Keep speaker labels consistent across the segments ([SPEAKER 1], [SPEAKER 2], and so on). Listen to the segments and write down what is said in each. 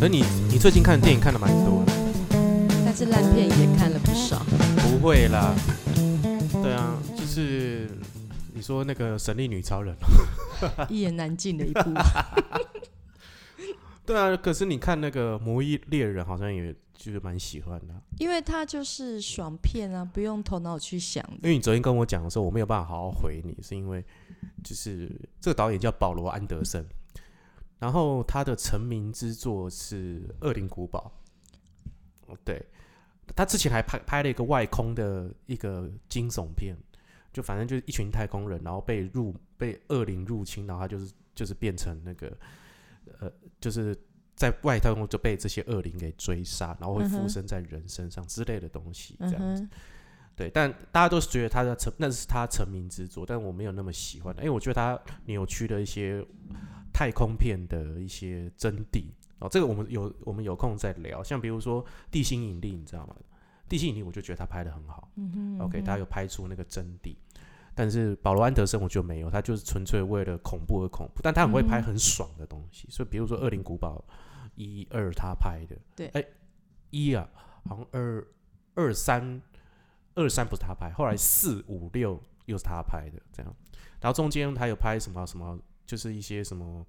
[SPEAKER 1] 可是你你最近看的电影看的蛮多的，
[SPEAKER 2] 但是烂片也看了不 少。
[SPEAKER 1] 不会啦。对啊，就是你说那个《神力女超人》。
[SPEAKER 2] 一言难尽的一 部。
[SPEAKER 1] 对啊，可是你看那个《魔域猎人》，好像也就是蛮喜欢的啊、
[SPEAKER 2] 因为它就是爽片啊，不用头脑去想
[SPEAKER 1] 因为你昨天跟我讲的时候，我没有办法好好回你，是因为就是这个导演叫保罗·安德森，然后他的成名之作是《恶灵古堡》。哦对，他之前还拍拍了一个外空的一个惊悚片，就反正就是一群太空人，然后被入被恶灵入侵，然后他就是就是变成那个呃，就是在外太空就被这些恶灵给追杀，然后会
[SPEAKER 2] 嗯
[SPEAKER 1] 附
[SPEAKER 2] 哼
[SPEAKER 1] 身在人身上之类的东西，这
[SPEAKER 2] 嗯
[SPEAKER 1] 样子。
[SPEAKER 2] 哼，
[SPEAKER 1] 对，但大家都是觉得他的成那是他成名之作，但我没有那么喜欢，因为我觉得他扭曲了一些太空片的一些真谛哦。这个我们有我们有空再聊，像比如说《地心引力》，你知道吗？《地心引力》我就觉得他拍的很好、
[SPEAKER 2] 嗯哼
[SPEAKER 1] o k 他有拍出那个真谛。但是保罗·安德森我就没有，他就是纯粹为了恐怖而恐怖，但他很会拍
[SPEAKER 2] 嗯
[SPEAKER 1] 很爽的东西，所以比如说《恶灵古堡》一二他拍的，
[SPEAKER 2] 对
[SPEAKER 1] 哎一啊，好像二二三二三不是他拍，后来四五六又是他拍的这样，然后中间他有拍什么什么，就是一些什么。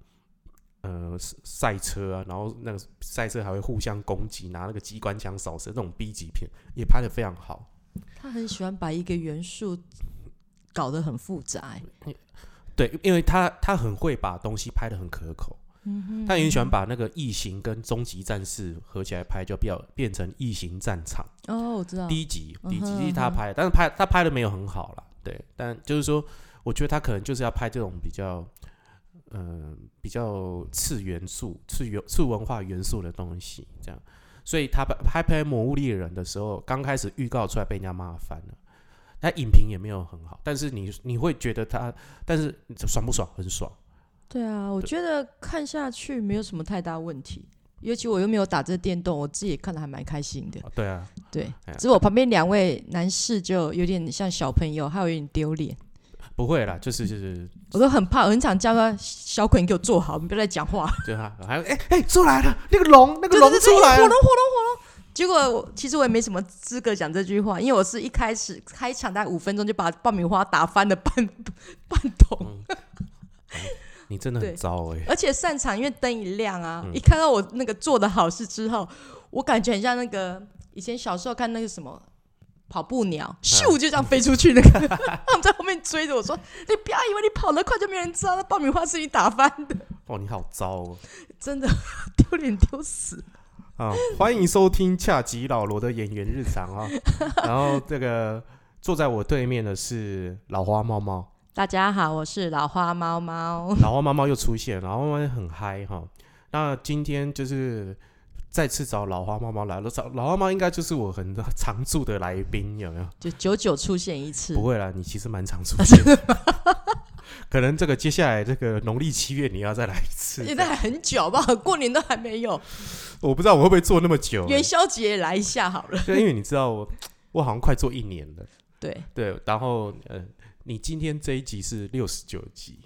[SPEAKER 1] 呃，赛车啊，然后那个赛车还会互相攻击，拿那个机关枪扫射，那种 B 级片也拍的非常好。
[SPEAKER 2] 他很喜欢把一个元素搞得很复杂、欸。
[SPEAKER 1] 对，因为他他很会把东西拍的很可口，
[SPEAKER 2] 嗯
[SPEAKER 1] 他也很喜欢把那个异形跟终极战士合起来拍，就比较变成异形战场。
[SPEAKER 2] 哼，哦，我知道，
[SPEAKER 1] 第一集，
[SPEAKER 2] 嗯
[SPEAKER 1] 第一
[SPEAKER 2] 哼
[SPEAKER 1] 集是
[SPEAKER 2] 嗯
[SPEAKER 1] 他
[SPEAKER 2] 哼
[SPEAKER 1] 拍的，但是拍他拍的没有很好啦，对，但就是说，我觉得他可能就是要拍这种比较，嗯、比较次元素、次元、次文化元素的东西，这样。所以他拍拍拍《魔物猎人》的时候，刚开始预告出来被人家骂翻了，他影评也没有很好，但是你你会觉得他，但是爽不爽？很爽。
[SPEAKER 2] 对啊，我觉得看下去没有什么太大问题。尤其我又没有打这电动，我自己也看的还蛮开心的。
[SPEAKER 1] 啊对啊，
[SPEAKER 2] 对
[SPEAKER 1] 哎呀，
[SPEAKER 2] 只是我旁边两位男士就有点像小朋友，还有点丢脸，
[SPEAKER 1] 不会啦，就是就是
[SPEAKER 2] 我都很怕，我很常叫他小鬼，你给我坐好，你不要再讲话。
[SPEAKER 1] 就他还有哎哎出来了，那个龙那个
[SPEAKER 2] 对
[SPEAKER 1] 龙
[SPEAKER 2] 对对
[SPEAKER 1] 出来
[SPEAKER 2] 火龙火
[SPEAKER 1] 了，
[SPEAKER 2] 龙火龙。结果我其实我也没什么资格讲这句话，因为我是一开始开场大概五分钟就把爆米花打翻了半半桶，
[SPEAKER 1] 嗯哎你真的很
[SPEAKER 2] 对
[SPEAKER 1] 糟哎、
[SPEAKER 2] 而且散场因为灯一亮啊，
[SPEAKER 1] 嗯
[SPEAKER 2] 一看到我那个做的好事之后，我感觉很像那个以前小时候看那个什么。跑步
[SPEAKER 1] 嗯
[SPEAKER 2] 鸟咻就这样飞出去，那个 他们在后面追着我说：“你不要以为你跑得快就没人知道，那爆米花是你打翻的，
[SPEAKER 1] 哦，你好糟哦。
[SPEAKER 2] 真的 丢脸丢死。”
[SPEAKER 1] 啊，欢迎收听恰吉老罗的演员日常 啊。然后这个坐在我对面的是老花猫猫，
[SPEAKER 2] 大家好，我是老花猫猫。
[SPEAKER 1] 老花猫猫又出现了，老花猫猫很嗨哈。那今天就是再次找老花猫猫来了，找老花猫应该就是我很常驻的来宾，有没有？
[SPEAKER 2] 就久久出现一次
[SPEAKER 1] 不。会啦，你其实蛮常出 现的。可能这个接下来这个农历七月你要再来一次，
[SPEAKER 2] 现在还很久好不好？过年都还没有，
[SPEAKER 1] 我不知道我会不会做那么久、
[SPEAKER 2] 元宵节也来一下好了。
[SPEAKER 1] 就因为你知道我，我好像快做一年了。
[SPEAKER 2] 对，
[SPEAKER 1] 对，然后呃，你今天这一集是六十九集，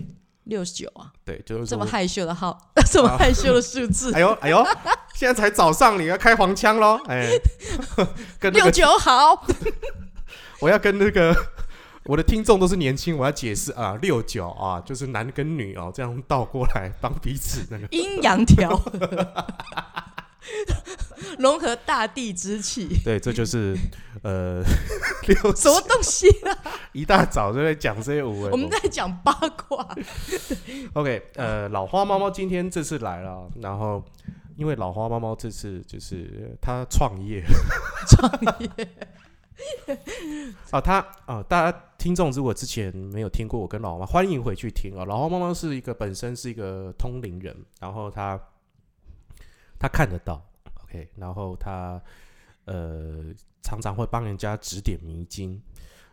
[SPEAKER 2] 六十九啊，
[SPEAKER 1] 对，就是
[SPEAKER 2] 这么
[SPEAKER 1] 说，
[SPEAKER 2] 害羞的号， 这么害羞的数 字
[SPEAKER 1] 哎，呦哎呦，现在才早上，你要开黄腔喽，哎， 跟那
[SPEAKER 2] 六
[SPEAKER 1] 个
[SPEAKER 2] 九好，
[SPEAKER 1] 我要跟那个我的听众都是年轻，我要解释啊，六九啊，就是男跟女哦，这样倒过来帮彼此那个，
[SPEAKER 2] 阴阳调和， 融合大地之气，
[SPEAKER 1] 对，这就是 呃六
[SPEAKER 2] 什么东西啊？
[SPEAKER 1] 一大早就在讲这些无为，
[SPEAKER 2] 我们在讲八卦，
[SPEAKER 1] OK，呃，老花猫猫今天这次来了，啊然后因为老花猫猫这次就是他创业，
[SPEAKER 2] 创业
[SPEAKER 1] 啊，他啊，大家听众如果之前没有听过我跟老花妈，欢迎回去听啊。老花妈妈是一个本身是一个通灵人，然后他他看得到，OK，然后他呃常常会帮人家指点迷津，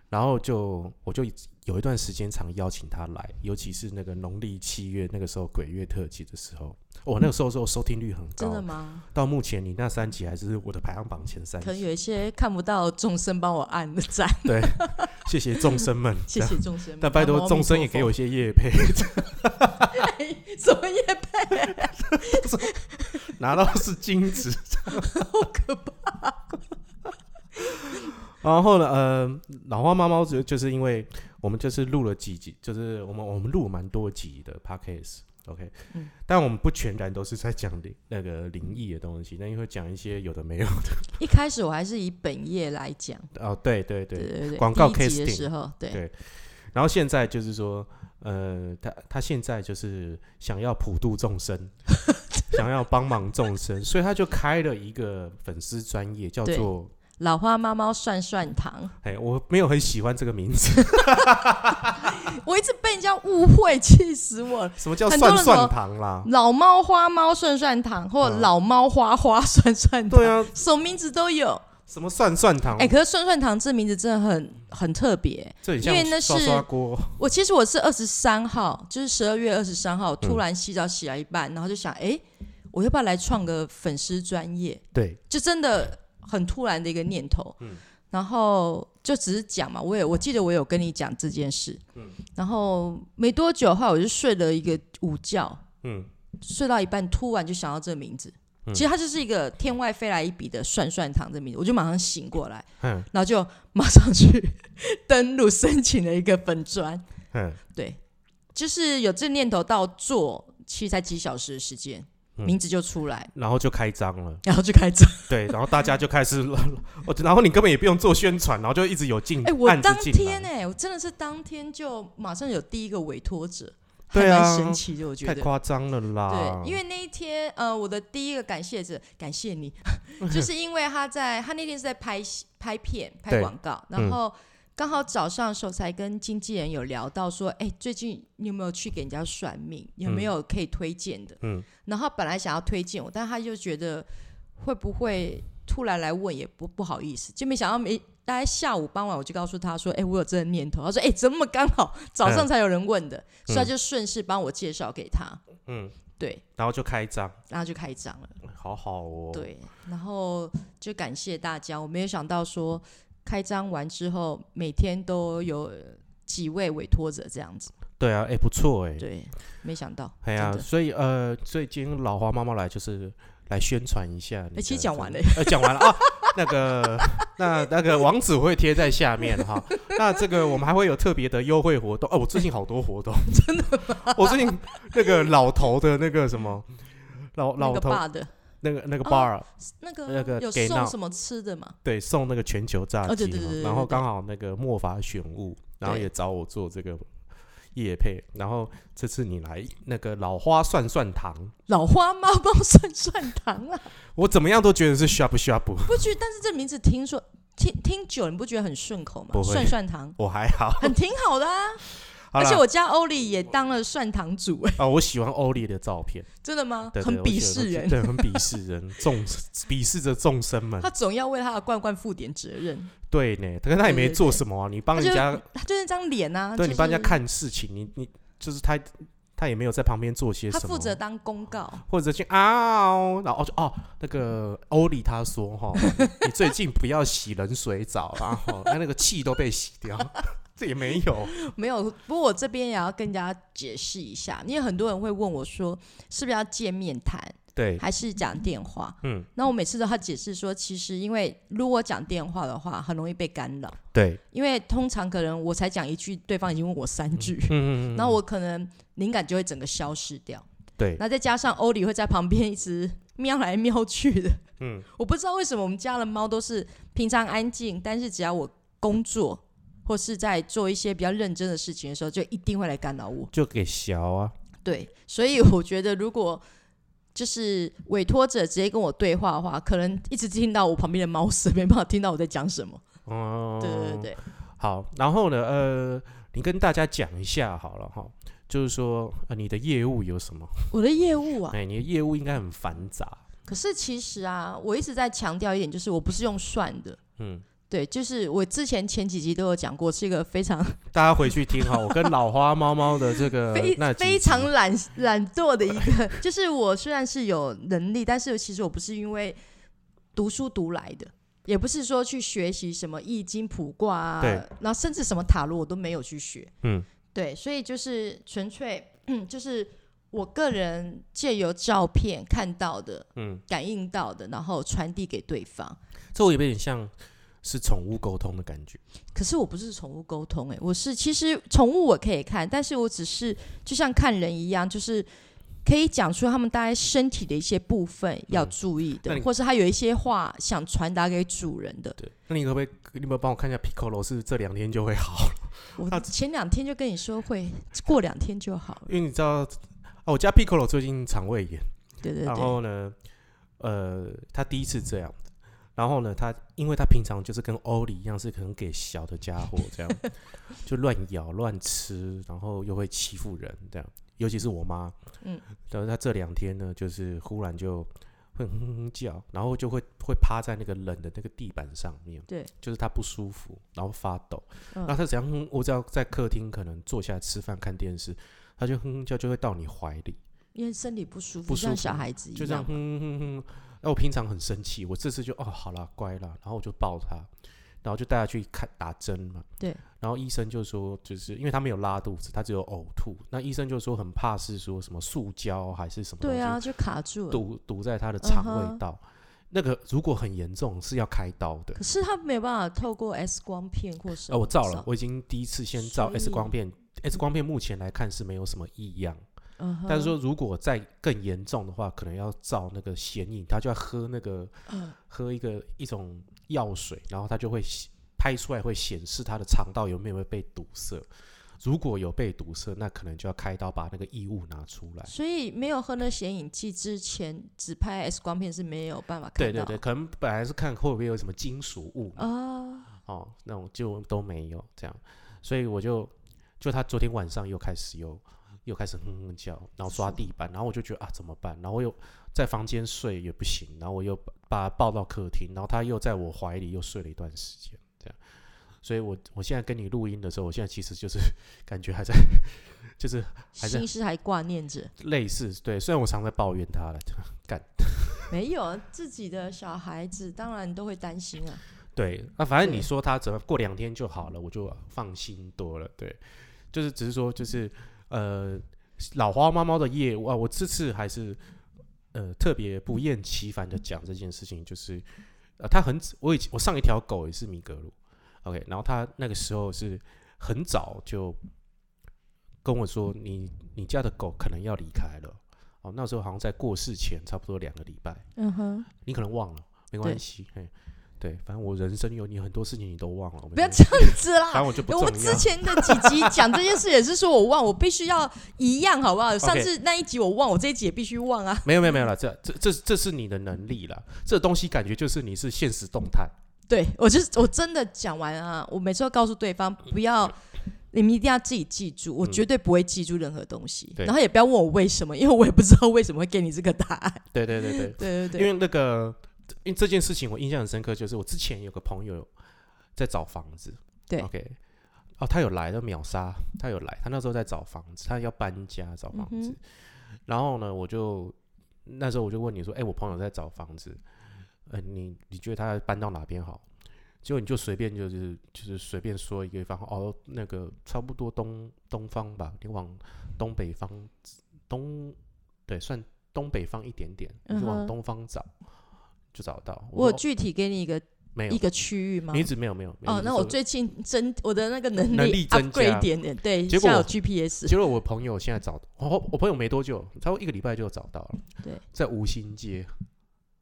[SPEAKER 1] 然后就我就有一段时间常邀请他来，尤其是那个农历七月那个时候鬼月特辑的时候，我、那个时候说收听率很
[SPEAKER 2] 真的
[SPEAKER 1] 高，
[SPEAKER 2] 吗？
[SPEAKER 1] 到目前你那三集还是我的排行榜前三
[SPEAKER 2] 可能
[SPEAKER 1] 集，
[SPEAKER 2] 有一些看不到众生帮我按的 赞，
[SPEAKER 1] 谢谢众生们，
[SPEAKER 2] 谢谢众生。
[SPEAKER 1] 但拜托众生也给我一些业配，
[SPEAKER 2] 哎什么也配，
[SPEAKER 1] 拿到是金子，
[SPEAKER 2] 好可怕！
[SPEAKER 1] 然后呢，呃，老花猫猫就就是因为我们就是录了几集，就是我们我们录了蛮多集的 podcast，OK，、
[SPEAKER 2] 嗯
[SPEAKER 1] 但我们不全然都是在讲灵那个灵异的东西，那因为讲一些有的没有
[SPEAKER 2] 一开始我还是以本业来讲，
[SPEAKER 1] 的哦，对对对
[SPEAKER 2] 对对对，
[SPEAKER 1] 广告
[SPEAKER 2] 第一集
[SPEAKER 1] casting
[SPEAKER 2] 的时候，对
[SPEAKER 1] 对然后现在就是说，呃，他他现在就是想要普度众 生，想要帮忙众生，所以他就开了一个粉丝专业，叫
[SPEAKER 2] 对
[SPEAKER 1] 做
[SPEAKER 2] 老花猫猫涮涮糖，
[SPEAKER 1] 哎，我没有很喜欢这个名字，
[SPEAKER 2] 我一直被人家误会，气死我了。
[SPEAKER 1] 什么叫
[SPEAKER 2] 很多
[SPEAKER 1] 算
[SPEAKER 2] 人
[SPEAKER 1] 算
[SPEAKER 2] 说
[SPEAKER 1] 糖啦？
[SPEAKER 2] 老猫花猫涮涮糖，或
[SPEAKER 1] 嗯
[SPEAKER 2] 老猫花花涮涮糖，
[SPEAKER 1] 对啊，
[SPEAKER 2] 什么名字都有。
[SPEAKER 1] 什么算算糖？
[SPEAKER 2] 嗯哎、可是涮涮糖这名字真的很很特别。
[SPEAKER 1] 这很
[SPEAKER 2] 因为
[SPEAKER 1] 像
[SPEAKER 2] 那
[SPEAKER 1] 刷
[SPEAKER 2] 是
[SPEAKER 1] 刷锅，
[SPEAKER 2] 我其实我是二十三号，就是十二月二十三
[SPEAKER 1] 嗯
[SPEAKER 2] 号，突然洗澡洗来一半，然后就想，哎、我要不要来创个粉丝专业？
[SPEAKER 1] 对，
[SPEAKER 2] 就真的很突然的一个念头。
[SPEAKER 1] 嗯
[SPEAKER 2] 然后就只是讲嘛，我也我记得我有跟你讲这件事。
[SPEAKER 1] 嗯
[SPEAKER 2] 然后没多久的话，我就睡了一个午觉，
[SPEAKER 1] 嗯
[SPEAKER 2] 睡到一半，突然就想到这个名字。
[SPEAKER 1] 嗯
[SPEAKER 2] 其实它就是一个天外飞来一笔的涮涮糖这名字，我就马上醒过来，
[SPEAKER 1] 哼
[SPEAKER 2] 然后就马上去登录申请了一个粉砖。
[SPEAKER 1] 哼，
[SPEAKER 2] 对，就是有这念头到做，其实才几小时的时间，
[SPEAKER 1] 嗯
[SPEAKER 2] 名字就出来，
[SPEAKER 1] 然后就开张了，
[SPEAKER 2] 然后就开张。
[SPEAKER 1] 对，然后大家就开始， 我然后你根本也不用做宣传，然后就一直有进，
[SPEAKER 2] 哎、我
[SPEAKER 1] 案子
[SPEAKER 2] 当
[SPEAKER 1] 进
[SPEAKER 2] 天
[SPEAKER 1] 来
[SPEAKER 2] 哎、我真的是当天就马上有第一个委托者，
[SPEAKER 1] 对啊
[SPEAKER 2] 还蛮神奇的，我觉
[SPEAKER 1] 太
[SPEAKER 2] 得。
[SPEAKER 1] 夸张了啦，
[SPEAKER 2] 对，因为那一天，呃，我的第一个感谢者，感谢你， 就是因为他在他那天是在拍戏拍片、
[SPEAKER 1] 对
[SPEAKER 2] 拍广告，
[SPEAKER 1] 嗯
[SPEAKER 2] 然后刚好早上的时候才跟经纪人有聊到说，哎、最近你有没有去给人家算命？有没有可以推荐的？
[SPEAKER 1] 嗯
[SPEAKER 2] 然后本来想要推荐我，但他就觉得会不会突然来问也不不好意思，就没想到没。大概下午傍晚，我就告诉他说：“哎、我有这个念头。”他说：“哎、怎么刚好早上才有人问的？”所以他就顺势帮我介绍给他。
[SPEAKER 1] 嗯，
[SPEAKER 2] 对，
[SPEAKER 1] 然后就开张，
[SPEAKER 2] 然后就开张了。
[SPEAKER 1] 好好哦，，
[SPEAKER 2] 对，然后就感谢大家，我没有想到说开张完之后，每天都有几位委托者这样子。
[SPEAKER 1] 对啊，哎，不错哎，
[SPEAKER 2] 对，没想到。
[SPEAKER 1] 哎呀，
[SPEAKER 2] 真的
[SPEAKER 1] 所以呃，所以今天老花妈妈来就是来宣传一下你的这个，
[SPEAKER 2] 哎其实讲完了
[SPEAKER 1] 呃，讲完了啊，那个。那那个网址我会贴在下面哈。那这个我们还会有特别的优惠活动哦。我最近好多活动， 真的吗？我最近那个老头的那个什么老
[SPEAKER 2] 那
[SPEAKER 1] 老
[SPEAKER 2] 个
[SPEAKER 1] 头
[SPEAKER 2] 爸的
[SPEAKER 1] 那个那个啊
[SPEAKER 2] 哦
[SPEAKER 1] bar
[SPEAKER 2] 那个
[SPEAKER 1] 那个
[SPEAKER 2] 有
[SPEAKER 1] 给闹
[SPEAKER 2] 送什么吃的吗？
[SPEAKER 1] 对送那个全球炸
[SPEAKER 2] 哦
[SPEAKER 1] 鸡嘛
[SPEAKER 2] 对对对对，对
[SPEAKER 1] 然后
[SPEAKER 2] 对
[SPEAKER 1] 刚好那个末法选物，然后
[SPEAKER 2] 对
[SPEAKER 1] 也找我做这个夜配，然后这次你来那个老花涮涮糖，
[SPEAKER 2] 老花猫猫涮涮糖啊！
[SPEAKER 1] 我怎么样都觉得是 sharp sharp，
[SPEAKER 2] 不觉得？但是这名字听说听听久了，你不觉得很顺口吗
[SPEAKER 1] 不？会
[SPEAKER 2] 涮涮糖
[SPEAKER 1] 我还好。
[SPEAKER 2] 很挺好的啊！
[SPEAKER 1] 好
[SPEAKER 2] 而且
[SPEAKER 1] 啦
[SPEAKER 2] 我家欧里也当了涮糖主、 哎，
[SPEAKER 1] 啊，我喜欢欧丽的照片，
[SPEAKER 2] 真的吗？
[SPEAKER 1] 对对
[SPEAKER 2] 很
[SPEAKER 1] 我
[SPEAKER 2] 鄙
[SPEAKER 1] 喜欢
[SPEAKER 2] 视人，
[SPEAKER 1] 对，很鄙视人，众鄙视着众生们
[SPEAKER 2] 他。总要为他的罐罐负点责任。
[SPEAKER 1] 对呢，可是他也没
[SPEAKER 2] 对对
[SPEAKER 1] 做
[SPEAKER 2] 对
[SPEAKER 1] 什么啊，你帮
[SPEAKER 2] 他
[SPEAKER 1] 人
[SPEAKER 2] 就
[SPEAKER 1] 家，
[SPEAKER 2] 他就那张脸啊，
[SPEAKER 1] 对
[SPEAKER 2] 就
[SPEAKER 1] 你帮人家
[SPEAKER 2] 是
[SPEAKER 1] 看事情，你你就是他他也没有在旁边做些
[SPEAKER 2] 他
[SPEAKER 1] 什么，
[SPEAKER 2] 负责当公告，
[SPEAKER 1] 或者去啊、哦，然后就哦，那个欧丽他说哈， 你最近不要洗冷水澡啦，然后那那个气都被洗掉， 这也没有，
[SPEAKER 2] 没有。不过我这边也要跟大家解释一下，因为很多人会问我说，是不是要见面谈，
[SPEAKER 1] 对，
[SPEAKER 2] 还是讲电话？
[SPEAKER 1] 嗯，
[SPEAKER 2] 那我每次都要解释说，其实因为如果讲电话的话，很容易被干扰，
[SPEAKER 1] 对，
[SPEAKER 2] 因为通常可能我才讲一句，对方已经问我三句，
[SPEAKER 1] 嗯，
[SPEAKER 2] 然后我可能灵感就会整个消失掉。
[SPEAKER 1] 对，
[SPEAKER 2] 那再加上欧里会在旁边一直喵来喵去的，
[SPEAKER 1] 嗯，
[SPEAKER 2] 我不知道为什么我们家的猫都是平常安静，但是只要我工作或是在做一些比较认真的事情的时候，就一定会来干扰我。
[SPEAKER 1] 就给小啊，
[SPEAKER 2] 对，所以我觉得如果就是委托者直接跟我对话的话，可能一直听到我旁边的猫声，没办法听到我在讲什么。
[SPEAKER 1] 哦、
[SPEAKER 2] 对对对对，
[SPEAKER 1] 好，然后呢，呃，你跟大家讲一下好了哈，就是说、呃、你的业务有什么？
[SPEAKER 2] 我的业务啊，
[SPEAKER 1] 哎，你的业务应该很繁杂，
[SPEAKER 2] 可是其实啊，我一直在强调一点，就是我不是用算的。
[SPEAKER 1] 嗯。
[SPEAKER 2] 对，就是我之前前几集都有讲过，是一个非常
[SPEAKER 1] 大家回去听哈，我跟老花猫猫的这个
[SPEAKER 2] 非
[SPEAKER 1] 呃那几
[SPEAKER 2] 非
[SPEAKER 1] 集
[SPEAKER 2] 常懒懒惰的一个， 就是我虽然是有能力，但是其实我不是因为读书读来的，也不是说去学习什么易经卜卦啊
[SPEAKER 1] 对，
[SPEAKER 2] 然后甚至什么塔罗我都没有去学，
[SPEAKER 1] 嗯，
[SPEAKER 2] 对，所以就是纯粹，嗯，就是我个人借由照片看到的、
[SPEAKER 1] 嗯，
[SPEAKER 2] 感应到的，然后传递给对方。
[SPEAKER 1] 这我有点像是宠物沟通的感觉。
[SPEAKER 2] 可是我不是宠物沟通、欸，诶，我是其实宠物我可以看，但是我只是就像看人一样，就是可以讲出他们大概身体的一些部分要注意
[SPEAKER 1] 那
[SPEAKER 2] 的，
[SPEAKER 1] 你
[SPEAKER 2] 或是他有一些话想传达给主人的。
[SPEAKER 1] 对，那你可不可以，你有没有帮我看一下 Piccolo 是不是这两天就会好了？
[SPEAKER 2] 我前两天就跟你说会，过两天就好了。
[SPEAKER 1] 因为你知道，啊，我家 Piccolo 最近肠胃炎，
[SPEAKER 2] 对对
[SPEAKER 1] 然
[SPEAKER 2] 对，
[SPEAKER 1] 后呢，呃，他第一次这样子，然后呢，他因为他平常就是跟欧里一样，是可能给小的家伙 这样，就乱咬乱吃，然后又会欺负人这样，尤其是我妈，
[SPEAKER 2] 嗯，
[SPEAKER 1] 然后他这两天呢，就是忽然就会哼哼哼叫，然后就会会趴在那个冷的那个地板上面，
[SPEAKER 2] 对，
[SPEAKER 1] 就是他不舒服，然后发抖，
[SPEAKER 2] 嗯
[SPEAKER 1] 那他只要哼，我只要在客厅可能坐下来吃饭看电视，他就哼哼叫，就会到你怀里。
[SPEAKER 2] 因为身体不舒服，
[SPEAKER 1] 不舒服
[SPEAKER 2] 像小孩子一
[SPEAKER 1] 就这样嗯
[SPEAKER 2] 样。
[SPEAKER 1] 哼哼哼。那、哎我平常很生气，我这次就哦好啦，乖啦，然后我就抱他，然后就带他去看打针嘛。
[SPEAKER 2] 对。
[SPEAKER 1] 然后医生就说，就是因为他没有拉肚子，他只有呕吐。那医生就说很怕是说什么塑胶还是什么东西
[SPEAKER 2] 对啊，就卡住了。
[SPEAKER 1] 堵堵在他的肠
[SPEAKER 2] 嗯
[SPEAKER 1] 胃
[SPEAKER 2] 哼
[SPEAKER 1] 道。那个如果很严重是要开刀的。
[SPEAKER 2] 可是他没有办法透过 X 光片或什么。
[SPEAKER 1] 哦，我照
[SPEAKER 2] 知
[SPEAKER 1] 了
[SPEAKER 2] 道，
[SPEAKER 1] 我已经第一次先照
[SPEAKER 2] 啊所
[SPEAKER 1] X 光
[SPEAKER 2] 以
[SPEAKER 1] 片，X 光片目前来看是没有什么异样。
[SPEAKER 2] 嗯哼
[SPEAKER 1] 但是说如果再更严重的话，可能要照那个显影，他就要喝那个、
[SPEAKER 2] 嗯
[SPEAKER 1] 喝一个一种药水，然后他就会显拍出来会显示他的肠道有没有被堵塞。如果有被堵塞，那可能就要开刀把那个异物拿出来。
[SPEAKER 2] 所以没有喝那显影剂之前，只拍 X 光片是没有办法
[SPEAKER 1] 对
[SPEAKER 2] 看
[SPEAKER 1] 对
[SPEAKER 2] 到。
[SPEAKER 1] 对，可能本来是看会不会有什么金属物嘛，
[SPEAKER 2] 啊，
[SPEAKER 1] 哦，那种就都没有这样，所以我就就他昨天晚上又开始又又开始哼哼叫，然后抓
[SPEAKER 2] 是
[SPEAKER 1] 地板，然后我就觉得啊怎么办？然后我又在房间睡也不行，然后我又把把他抱到客厅，然后他又在我怀里又睡了一段时间，这样，所以我我现在跟你录音的时候，我现在其实就是感觉还在 就是还在
[SPEAKER 2] 心事还挂念着，
[SPEAKER 1] 类似对，虽然我常在抱怨他了，
[SPEAKER 2] 没有啊自己的小孩子，当然都会担心啊。
[SPEAKER 1] 对，那、反正
[SPEAKER 2] 对
[SPEAKER 1] 你说他怎么过两天就好了，我就放心多了。对，就是只是说就是呃，老花猫猫的业务啊，我这次还是呃特别不厌其烦的讲这件事情，就是呃，他很我以前我上一条狗也是米格鲁，OK，然后他那个时候是很早就跟我说你你家的狗可能要离开了，哦，那时候好像在过世前差不多两个礼拜。
[SPEAKER 2] 嗯哼，
[SPEAKER 1] 你可能忘了，没
[SPEAKER 2] 对
[SPEAKER 1] 关系，嘿，对，反正我人生有你很多事情你都忘了，我没
[SPEAKER 2] 不要
[SPEAKER 1] 关
[SPEAKER 2] 这
[SPEAKER 1] 系
[SPEAKER 2] 样子
[SPEAKER 1] 反
[SPEAKER 2] 啦。
[SPEAKER 1] 正我就不
[SPEAKER 2] 我
[SPEAKER 1] 重
[SPEAKER 2] 们之
[SPEAKER 1] 要。
[SPEAKER 2] 前的几集讲这件事也是说我忘，我必须要一样，好不好？上次那一集我忘，我这一集也必须 忘啊。
[SPEAKER 1] 没有没有没有了，这这这这是你的能力了，这东西感觉就是你是现实动态，
[SPEAKER 2] 对我就是我真的讲完啊，我每次都告诉对方不要，你们一定要自己记住，我绝对不会记住任何东西，
[SPEAKER 1] 嗯对
[SPEAKER 2] 然后也不要问我为什么，因为我也不知道为什么会给你这个答案。
[SPEAKER 1] 对对对对，
[SPEAKER 2] 对 对
[SPEAKER 1] 因为
[SPEAKER 2] 对，
[SPEAKER 1] 那个因为这件事情我印象很深刻，就是我之前有个朋友在找房子，
[SPEAKER 2] 对
[SPEAKER 1] ，OK。哦，他有来的秒杀，他有来，他那时候在找房子，他要搬家找房子，
[SPEAKER 2] 嗯
[SPEAKER 1] 然后呢，我就那时候我就问你说，哎、我朋友在找房子，呃，你你觉得他搬到哪边好？结果你就随便就是就是随便说一个方向，哦，那个差不多东东方吧，你往东北方东对算东北方一点点，你就
[SPEAKER 2] 嗯
[SPEAKER 1] 往
[SPEAKER 2] 哼
[SPEAKER 1] 东方找、就找到。
[SPEAKER 2] 我有
[SPEAKER 1] 说哦
[SPEAKER 2] 具体给你一个
[SPEAKER 1] 没
[SPEAKER 2] 一
[SPEAKER 1] 有，
[SPEAKER 2] 个区域吗
[SPEAKER 1] 你？一直没有没有没有
[SPEAKER 2] 哦，那我最近增我的那个能
[SPEAKER 1] 能力增加
[SPEAKER 2] upgrade 一点点，对，
[SPEAKER 1] 结果
[SPEAKER 2] 现在有
[SPEAKER 1] 我
[SPEAKER 2] GPS，
[SPEAKER 1] 结果我朋友现在找，我我朋友没多久，差不多一个礼拜就找到了，
[SPEAKER 2] 对，
[SPEAKER 1] 在吴兴街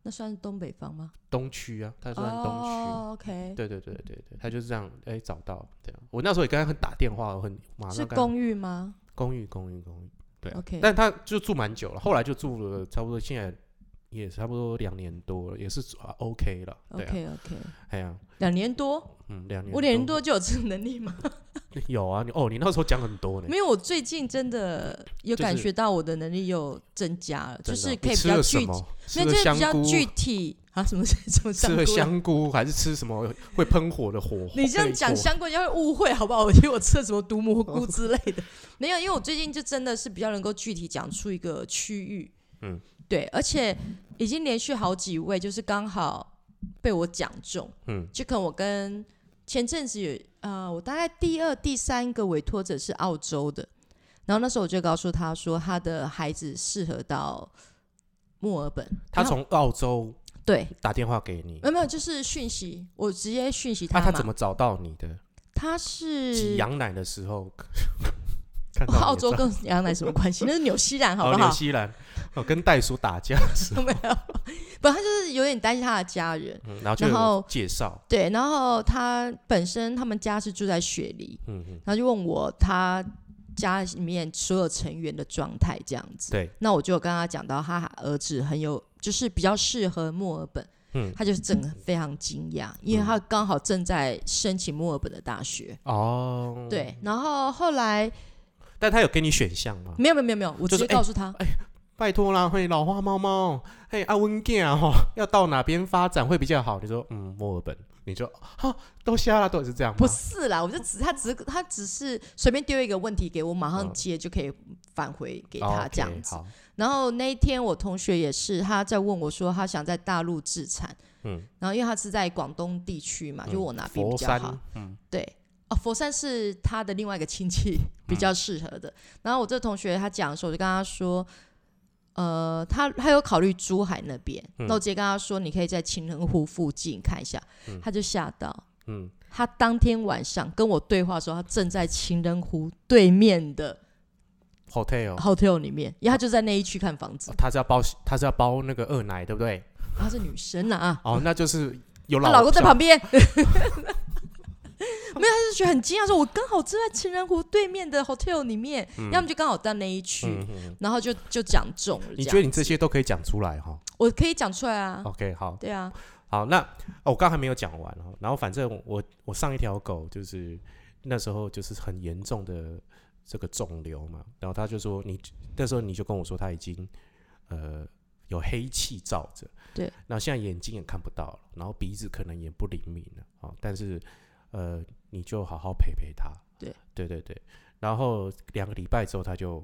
[SPEAKER 2] 那算是东北方吗？
[SPEAKER 1] 东区啊，他算东区。
[SPEAKER 2] 哦，OK，
[SPEAKER 1] 对对对对对，
[SPEAKER 2] 嗯
[SPEAKER 1] 他就是这样，哎、找到这样。我那时候也跟他打电话，我很马
[SPEAKER 2] 是
[SPEAKER 1] 上跟他
[SPEAKER 2] 公寓吗
[SPEAKER 1] 公寓公寓公寓，对啊、
[SPEAKER 2] ？OK，
[SPEAKER 1] 但他就住蛮久了，后来就住了差不多现在也差不多两年多了，也是住啊 OK 了，对啊，
[SPEAKER 2] OK OK，
[SPEAKER 1] 哎呀、
[SPEAKER 2] 两年多，
[SPEAKER 1] 嗯，两年，
[SPEAKER 2] 我两年多就有这个能力吗？
[SPEAKER 1] 有啊，你哦，你那时候讲很多呢，
[SPEAKER 2] 没有，我最近真的有
[SPEAKER 1] 就是
[SPEAKER 2] 感觉到我的能力又增加了，就
[SPEAKER 1] 真的哦啊
[SPEAKER 2] 是
[SPEAKER 1] 你
[SPEAKER 2] 可以比
[SPEAKER 1] 吃
[SPEAKER 2] 较
[SPEAKER 1] 了
[SPEAKER 2] 具
[SPEAKER 1] 什
[SPEAKER 2] 体，
[SPEAKER 1] 么？
[SPEAKER 2] 没
[SPEAKER 1] 吃
[SPEAKER 2] 有
[SPEAKER 1] 了
[SPEAKER 2] 就是比
[SPEAKER 1] 香
[SPEAKER 2] 较
[SPEAKER 1] 菇，
[SPEAKER 2] 具体啊，什么什么
[SPEAKER 1] 吃
[SPEAKER 2] 香
[SPEAKER 1] 了
[SPEAKER 2] 菇？
[SPEAKER 1] 香菇，还是吃什么会喷火的火？
[SPEAKER 2] 你这样讲香菇，人家会误会好不好？我觉得我吃了什么毒蘑菇之类 的，没有，因为我最近就真的是比较能够具体讲出一个区域，
[SPEAKER 1] 嗯，
[SPEAKER 2] 对，而且已经连续好几位，就是刚好被我讲中，
[SPEAKER 1] 嗯，
[SPEAKER 2] 就可能我跟前阵子有呃，我大概第二、第三个委托者是澳洲的，然后那时候我就告诉他说，他的孩子适合到墨尔本。
[SPEAKER 1] 他
[SPEAKER 2] 然后
[SPEAKER 1] 从澳洲
[SPEAKER 2] 对，
[SPEAKER 1] 打电话给你，
[SPEAKER 2] 没有没有，就是讯息，我直接讯息
[SPEAKER 1] 那、
[SPEAKER 2] 嗯他嘛。
[SPEAKER 1] 他怎么找到你的？
[SPEAKER 2] 他
[SPEAKER 1] 挤
[SPEAKER 2] 是
[SPEAKER 1] 羊奶的时候， 看到你的
[SPEAKER 2] 澳洲
[SPEAKER 1] 照
[SPEAKER 2] 跟羊奶什么关系？那是纽西兰好
[SPEAKER 1] 哦
[SPEAKER 2] 不
[SPEAKER 1] 纽
[SPEAKER 2] 好？
[SPEAKER 1] 西兰哦跟袋鼠打架的时候，
[SPEAKER 2] 没有，不，他就是有点担心他的家人。
[SPEAKER 1] 嗯然后就
[SPEAKER 2] 然
[SPEAKER 1] 有
[SPEAKER 2] 后
[SPEAKER 1] 介绍，
[SPEAKER 2] 对，然后他本身他们家是住在雪梨，
[SPEAKER 1] 嗯嗯，
[SPEAKER 2] 然后就问我他家里面所有成员的状态这样子。
[SPEAKER 1] 对，
[SPEAKER 2] 那我就有跟他讲到，他儿子很有，就是比较适合墨尔本。
[SPEAKER 1] 嗯
[SPEAKER 2] 他就是整个非常惊讶，因为他刚好正在申请墨尔本的大学。
[SPEAKER 1] 哦，，
[SPEAKER 2] 对，然后后来
[SPEAKER 1] 但他有给你选项吗？
[SPEAKER 2] 没有没有没有没有，我直
[SPEAKER 1] 就是
[SPEAKER 2] 接
[SPEAKER 1] 哎
[SPEAKER 2] 告诉他，
[SPEAKER 1] 拜托啦，嘿，老花猫猫，嘿，阿温健啊，哈，要到哪边发展会比较好？你说，嗯，墨尔本，你就哈，都瞎啦，都是这样吗？
[SPEAKER 2] 不是啦，我就只他只是他只是随便丢一个问题给我，马上
[SPEAKER 1] 嗯
[SPEAKER 2] 接就可以返回给
[SPEAKER 1] 给
[SPEAKER 2] 他这样子。
[SPEAKER 1] 哦好，
[SPEAKER 2] 然后那一天我同学也是，他在问我说他想在大陆自产，
[SPEAKER 1] 嗯，
[SPEAKER 2] 然后因为他是在广东地区嘛，就
[SPEAKER 1] 嗯
[SPEAKER 2] 我哪边比
[SPEAKER 1] 佛
[SPEAKER 2] 较好
[SPEAKER 1] 山，，嗯，
[SPEAKER 2] 对。哦，佛山是他的另外一个亲戚比较适合的。然后我这同学他讲的时候，我就跟他说，呃，他他有考虑珠海那边，那、我直接跟他说，你可以在情人湖附近看一下，他就吓到，
[SPEAKER 1] 嗯，
[SPEAKER 2] 他当天晚上跟我对话的时候，他正在情人湖对面的
[SPEAKER 1] hotel，、
[SPEAKER 2] hotel 里面，因为他就在那一区看房子
[SPEAKER 1] 哦。他是要包，他是要包那个二奶，对不对？
[SPEAKER 2] 她是女生啊啊，
[SPEAKER 1] 哦，那就是有
[SPEAKER 2] 她
[SPEAKER 1] 老
[SPEAKER 2] 老公在旁边。 没有，他就觉得很惊讶，说我刚好正在情人湖对面的 hotel 里面，要么就刚好在那一区，
[SPEAKER 1] 嗯嗯嗯
[SPEAKER 2] 然后就就讲中了。
[SPEAKER 1] 你
[SPEAKER 2] 样
[SPEAKER 1] 觉得你这些哦都可以讲出来哈、
[SPEAKER 2] 我可以讲出来啊？
[SPEAKER 1] o k 好，
[SPEAKER 2] 对啊，
[SPEAKER 1] 好，那、哦我刚还没有讲完哦。然后反正我我上一条狗就是那时候就是很严重的这个肿瘤嘛，然后他就说你那时候你就跟我说他已经呃有黑气罩着，
[SPEAKER 2] 对，
[SPEAKER 1] 那现在眼睛也看不到了，然后鼻子可能也不灵敏了啊、哦但是呃你就好好陪陪他，
[SPEAKER 2] 对
[SPEAKER 1] 对对对，然后两个礼拜之后他就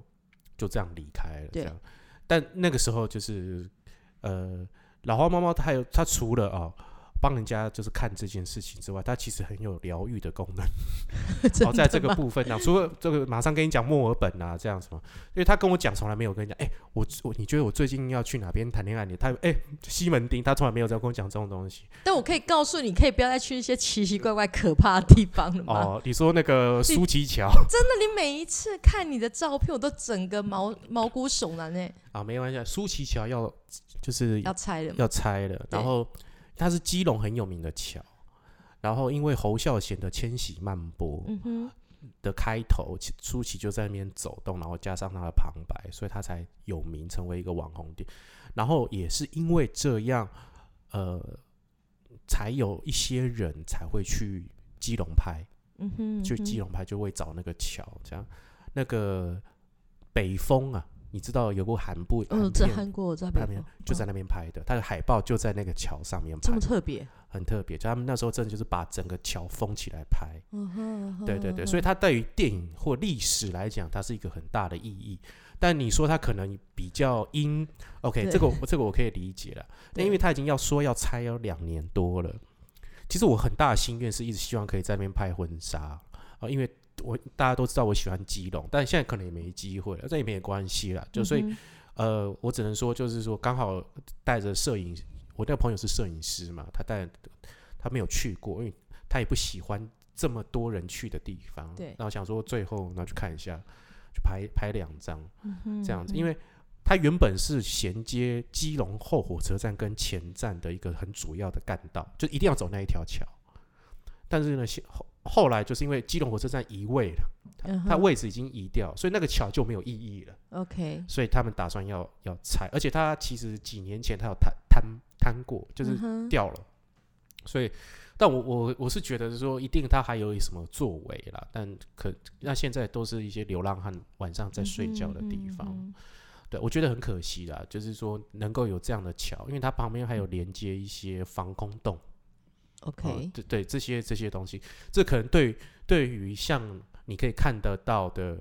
[SPEAKER 1] 就这样离开了，这
[SPEAKER 2] 对
[SPEAKER 1] 样，但那个时候就是呃。老花猫猫它有它除了啊、帮人家就是看这件事情之外，它其实很有疗愈的功能。 哦，在这
[SPEAKER 2] 真的
[SPEAKER 1] 个
[SPEAKER 2] 吗
[SPEAKER 1] 部分呢、 除了这个马上跟你讲墨尔本啊这样什么，因为他跟我讲从来没有跟你讲，哎、我我你觉得我最近要去哪边谈恋爱？你他哎、西门町，他从来没有在跟我讲这种东西。
[SPEAKER 2] 但我可以告诉你，可以不要再去一些奇奇怪怪、可怕的地方了吗？
[SPEAKER 1] 哦，你说那个
[SPEAKER 2] 你
[SPEAKER 1] 苏琪桥
[SPEAKER 2] 真的，你每一次看你的照片，我都整个毛毛骨悚然哎、
[SPEAKER 1] 啊，没关系啊，苏琪桥要就是
[SPEAKER 2] 要拆了吗？
[SPEAKER 1] 要拆了，然
[SPEAKER 2] 对
[SPEAKER 1] 后它是基隆很有名的桥，然后因为侯孝贤的《千禧慢播》，
[SPEAKER 2] 嗯哼，
[SPEAKER 1] 的开头，其舒淇就在那边走动，然后加上她的旁白，所以她才有名，成为一个网红点。然后也是因为这样，呃，才有一些人才会去基隆拍，
[SPEAKER 2] 嗯哼，
[SPEAKER 1] 去
[SPEAKER 2] 嗯哼
[SPEAKER 1] 基隆拍就会找那个桥，这样那个北风啊，你知道有部韩部
[SPEAKER 2] 嗯，
[SPEAKER 1] 韩
[SPEAKER 2] 在
[SPEAKER 1] 片
[SPEAKER 2] 韩国，我在北
[SPEAKER 1] 那边
[SPEAKER 2] 方
[SPEAKER 1] 就在那边拍的，它的海报就在那个桥上面
[SPEAKER 2] 这
[SPEAKER 1] 拍
[SPEAKER 2] 么，特别，
[SPEAKER 1] 很特别。就他们那时候真的就是把整个桥封起来拍，
[SPEAKER 2] 嗯哼，
[SPEAKER 1] 对对对，所以它对于电影或历史来讲，它是一个很大的意义。但你说它可能比较阴，OK，
[SPEAKER 2] 对
[SPEAKER 1] 这个我这个我可以理解了。但因为它已经要说要拆要两年多了，其实我很大的心愿是一直希望可以在那边拍婚纱啊、因为我大家都知道我喜欢基隆，但现在可能也没机会了，这也没关系啦。就所以、
[SPEAKER 2] 嗯哼
[SPEAKER 1] 呃，我只能说就是说刚好带着摄影，我那个朋友是摄影师嘛，他带他没有去过，因为他也不喜欢这么多人去的地方。
[SPEAKER 2] 对
[SPEAKER 1] 那我想说最后那去看一下，去拍拍两张
[SPEAKER 2] 嗯
[SPEAKER 1] 这样子，因为它原本是衔接基隆后火车站跟前站的一个很主要的干道，就一定要走那一条桥。但是呢，现后后来就是因为基隆火车站移位了，它
[SPEAKER 2] 嗯哼
[SPEAKER 1] 它位置已经移掉，所以那个桥就没有意义了。
[SPEAKER 2] OK，
[SPEAKER 1] 所以他们打算要要拆，而且他其实几年前他有摊摊摊过，就是
[SPEAKER 2] 嗯哼
[SPEAKER 1] 掉了。所以，但我我我是觉得说，一定他还有什么作为啦，但可那现在都是一些流浪汉晚上在睡觉的地方，
[SPEAKER 2] 嗯
[SPEAKER 1] 对我觉得很可惜啦。就是说能够有这样的桥，因为它旁边还有连接一些防空洞，
[SPEAKER 2] 嗯哼
[SPEAKER 1] 哦
[SPEAKER 2] ，OK，
[SPEAKER 1] 对对，这些这些东西，这可能对对于像你可以看得到的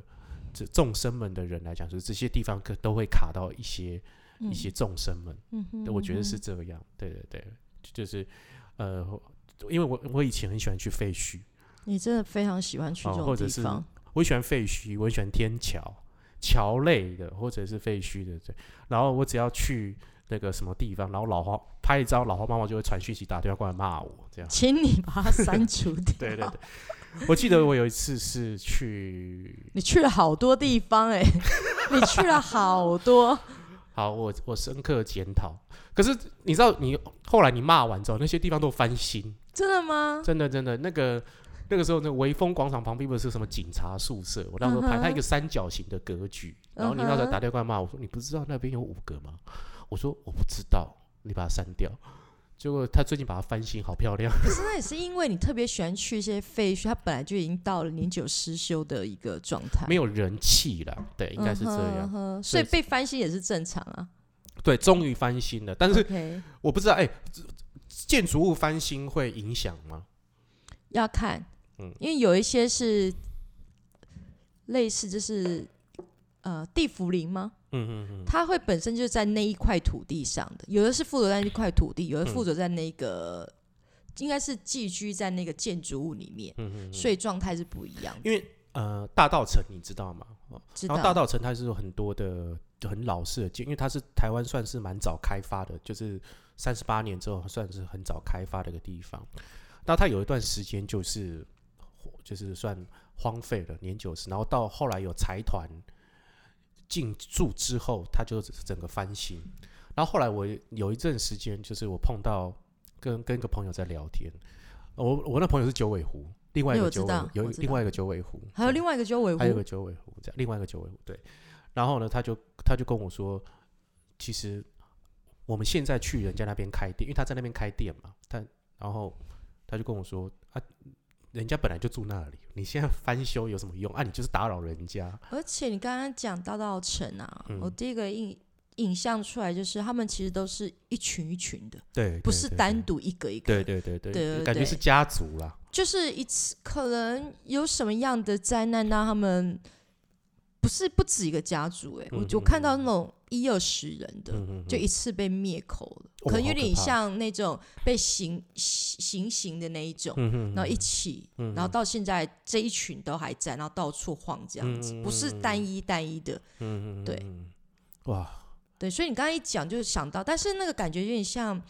[SPEAKER 1] 这众生们的人来讲，就是这些地方可都会卡到一些、一
[SPEAKER 2] 嗯
[SPEAKER 1] 些众生们，
[SPEAKER 2] 嗯哼
[SPEAKER 1] 对我觉得是这样，对对对，就是呃，因为我我以前很喜欢去废墟，
[SPEAKER 2] 你真的非常喜欢去这
[SPEAKER 1] 哦
[SPEAKER 2] 种
[SPEAKER 1] 或者
[SPEAKER 2] 地
[SPEAKER 1] 是
[SPEAKER 2] 方，
[SPEAKER 1] 我很喜欢废墟，我很喜欢天桥，桥类的或者是废墟的，对。然后我只要去那个什么地方，然后老花拍一张，老花妈妈就会传讯息打电话过来骂我，这样。
[SPEAKER 2] 请你把它删除掉。
[SPEAKER 1] 对对对，我记得我有一次是去，
[SPEAKER 2] 你去了好多地方哎、 你去了好多，
[SPEAKER 1] 好，我我深刻检讨。可是你知道你，后来你骂完之后，那些地方都翻新，
[SPEAKER 2] 真的吗？
[SPEAKER 1] 真的真的，那个那个时候，那微风广场旁边不是有什么警察宿舍？我那时候
[SPEAKER 2] 嗯
[SPEAKER 1] 拍
[SPEAKER 2] 哼嗯
[SPEAKER 1] 它一个三角形的格局，然后你那时候打电话骂我说：“你不知道那边有五个吗？”我说：“我不知道。”你把它删掉，结果他最近把它翻新，好漂亮。
[SPEAKER 2] 可是那也是因为你特别喜欢去一些废墟，它本来就已经到了年久失修的一个状态，
[SPEAKER 1] 没有人气了，对，应该是这
[SPEAKER 2] 嗯哼
[SPEAKER 1] 样。
[SPEAKER 2] 嗯哼所以
[SPEAKER 1] 对
[SPEAKER 2] 被翻新也是正常啊。
[SPEAKER 1] 对，终于翻新了，但是
[SPEAKER 2] OK，
[SPEAKER 1] 我不知道，哎、这建筑物翻新会影响吗？
[SPEAKER 2] 要看
[SPEAKER 1] 嗯，
[SPEAKER 2] 因为有一些是类似就是呃地茯苓吗？
[SPEAKER 1] 嗯嗯嗯，
[SPEAKER 2] 它会本身就是在那一块土地上的，有的是附着在那块土地，有的
[SPEAKER 1] 嗯
[SPEAKER 2] 附着在那个、应该是寄居在那个建筑物里面，
[SPEAKER 1] 嗯
[SPEAKER 2] 所以状态是不一样的。
[SPEAKER 1] 因为呃，大道城你知道吗？哦
[SPEAKER 2] 知
[SPEAKER 1] 然后大
[SPEAKER 2] 道？
[SPEAKER 1] 道城它是有很多的就很老式的建，因为它是台湾算是蛮早开发的，就是三十八年之后算是很早开发的一个地方。那它有一段时间就是就是算荒废了年久失，然后到后来有财团进驻之后，它就整个翻新。然后后来我有一阵时间，就是我碰到跟跟一个朋友在聊天，我我那朋友是九尾狐，另外一个
[SPEAKER 2] 对哎我知
[SPEAKER 1] 九尾
[SPEAKER 2] 道
[SPEAKER 1] 狐有
[SPEAKER 2] 我知
[SPEAKER 1] 另
[SPEAKER 2] 道
[SPEAKER 1] 外一个九尾狐，
[SPEAKER 2] 还有
[SPEAKER 1] 对
[SPEAKER 2] 另外一个就是维护
[SPEAKER 1] 还有一个九尾狐，这样另外一个九尾狐对。然后呢，他就他就跟我说，其实我们现在去人家那边开店，因为他在那边开店嘛，他然后他就跟我说啊，人家本来就住那里，你现在翻修有什么用啊？你就是打扰人家，
[SPEAKER 2] 而且你刚刚讲大道城啊，
[SPEAKER 1] 嗯
[SPEAKER 2] 我第一个印影像出来就是他们其实都是一群一群的，
[SPEAKER 1] 对，
[SPEAKER 2] 不是单，独一个一个，
[SPEAKER 1] 对对对对，
[SPEAKER 2] 对对
[SPEAKER 1] 感觉
[SPEAKER 2] 对
[SPEAKER 1] 是家族啦，
[SPEAKER 2] 就是一次可能有什么样的灾难让他们不是不止一个家族、欸，哎、
[SPEAKER 1] 嗯
[SPEAKER 2] 我就
[SPEAKER 1] 嗯
[SPEAKER 2] 看到那种一二十人的，
[SPEAKER 1] 嗯嗯，
[SPEAKER 2] 就一次被灭口了，
[SPEAKER 1] 哦
[SPEAKER 2] 可能有
[SPEAKER 1] 好
[SPEAKER 2] 点
[SPEAKER 1] 可怕
[SPEAKER 2] 像那种被行行刑的那一种，
[SPEAKER 1] 嗯嗯，
[SPEAKER 2] 然后一起，
[SPEAKER 1] 嗯
[SPEAKER 2] 然后到现在这一群都还在，然后到处晃这样子，
[SPEAKER 1] 嗯
[SPEAKER 2] 不是单一单一的，
[SPEAKER 1] 嗯嗯，
[SPEAKER 2] 对
[SPEAKER 1] 嗯，哇，
[SPEAKER 2] 对，所以你刚刚一讲就想到，但是那个感觉有点像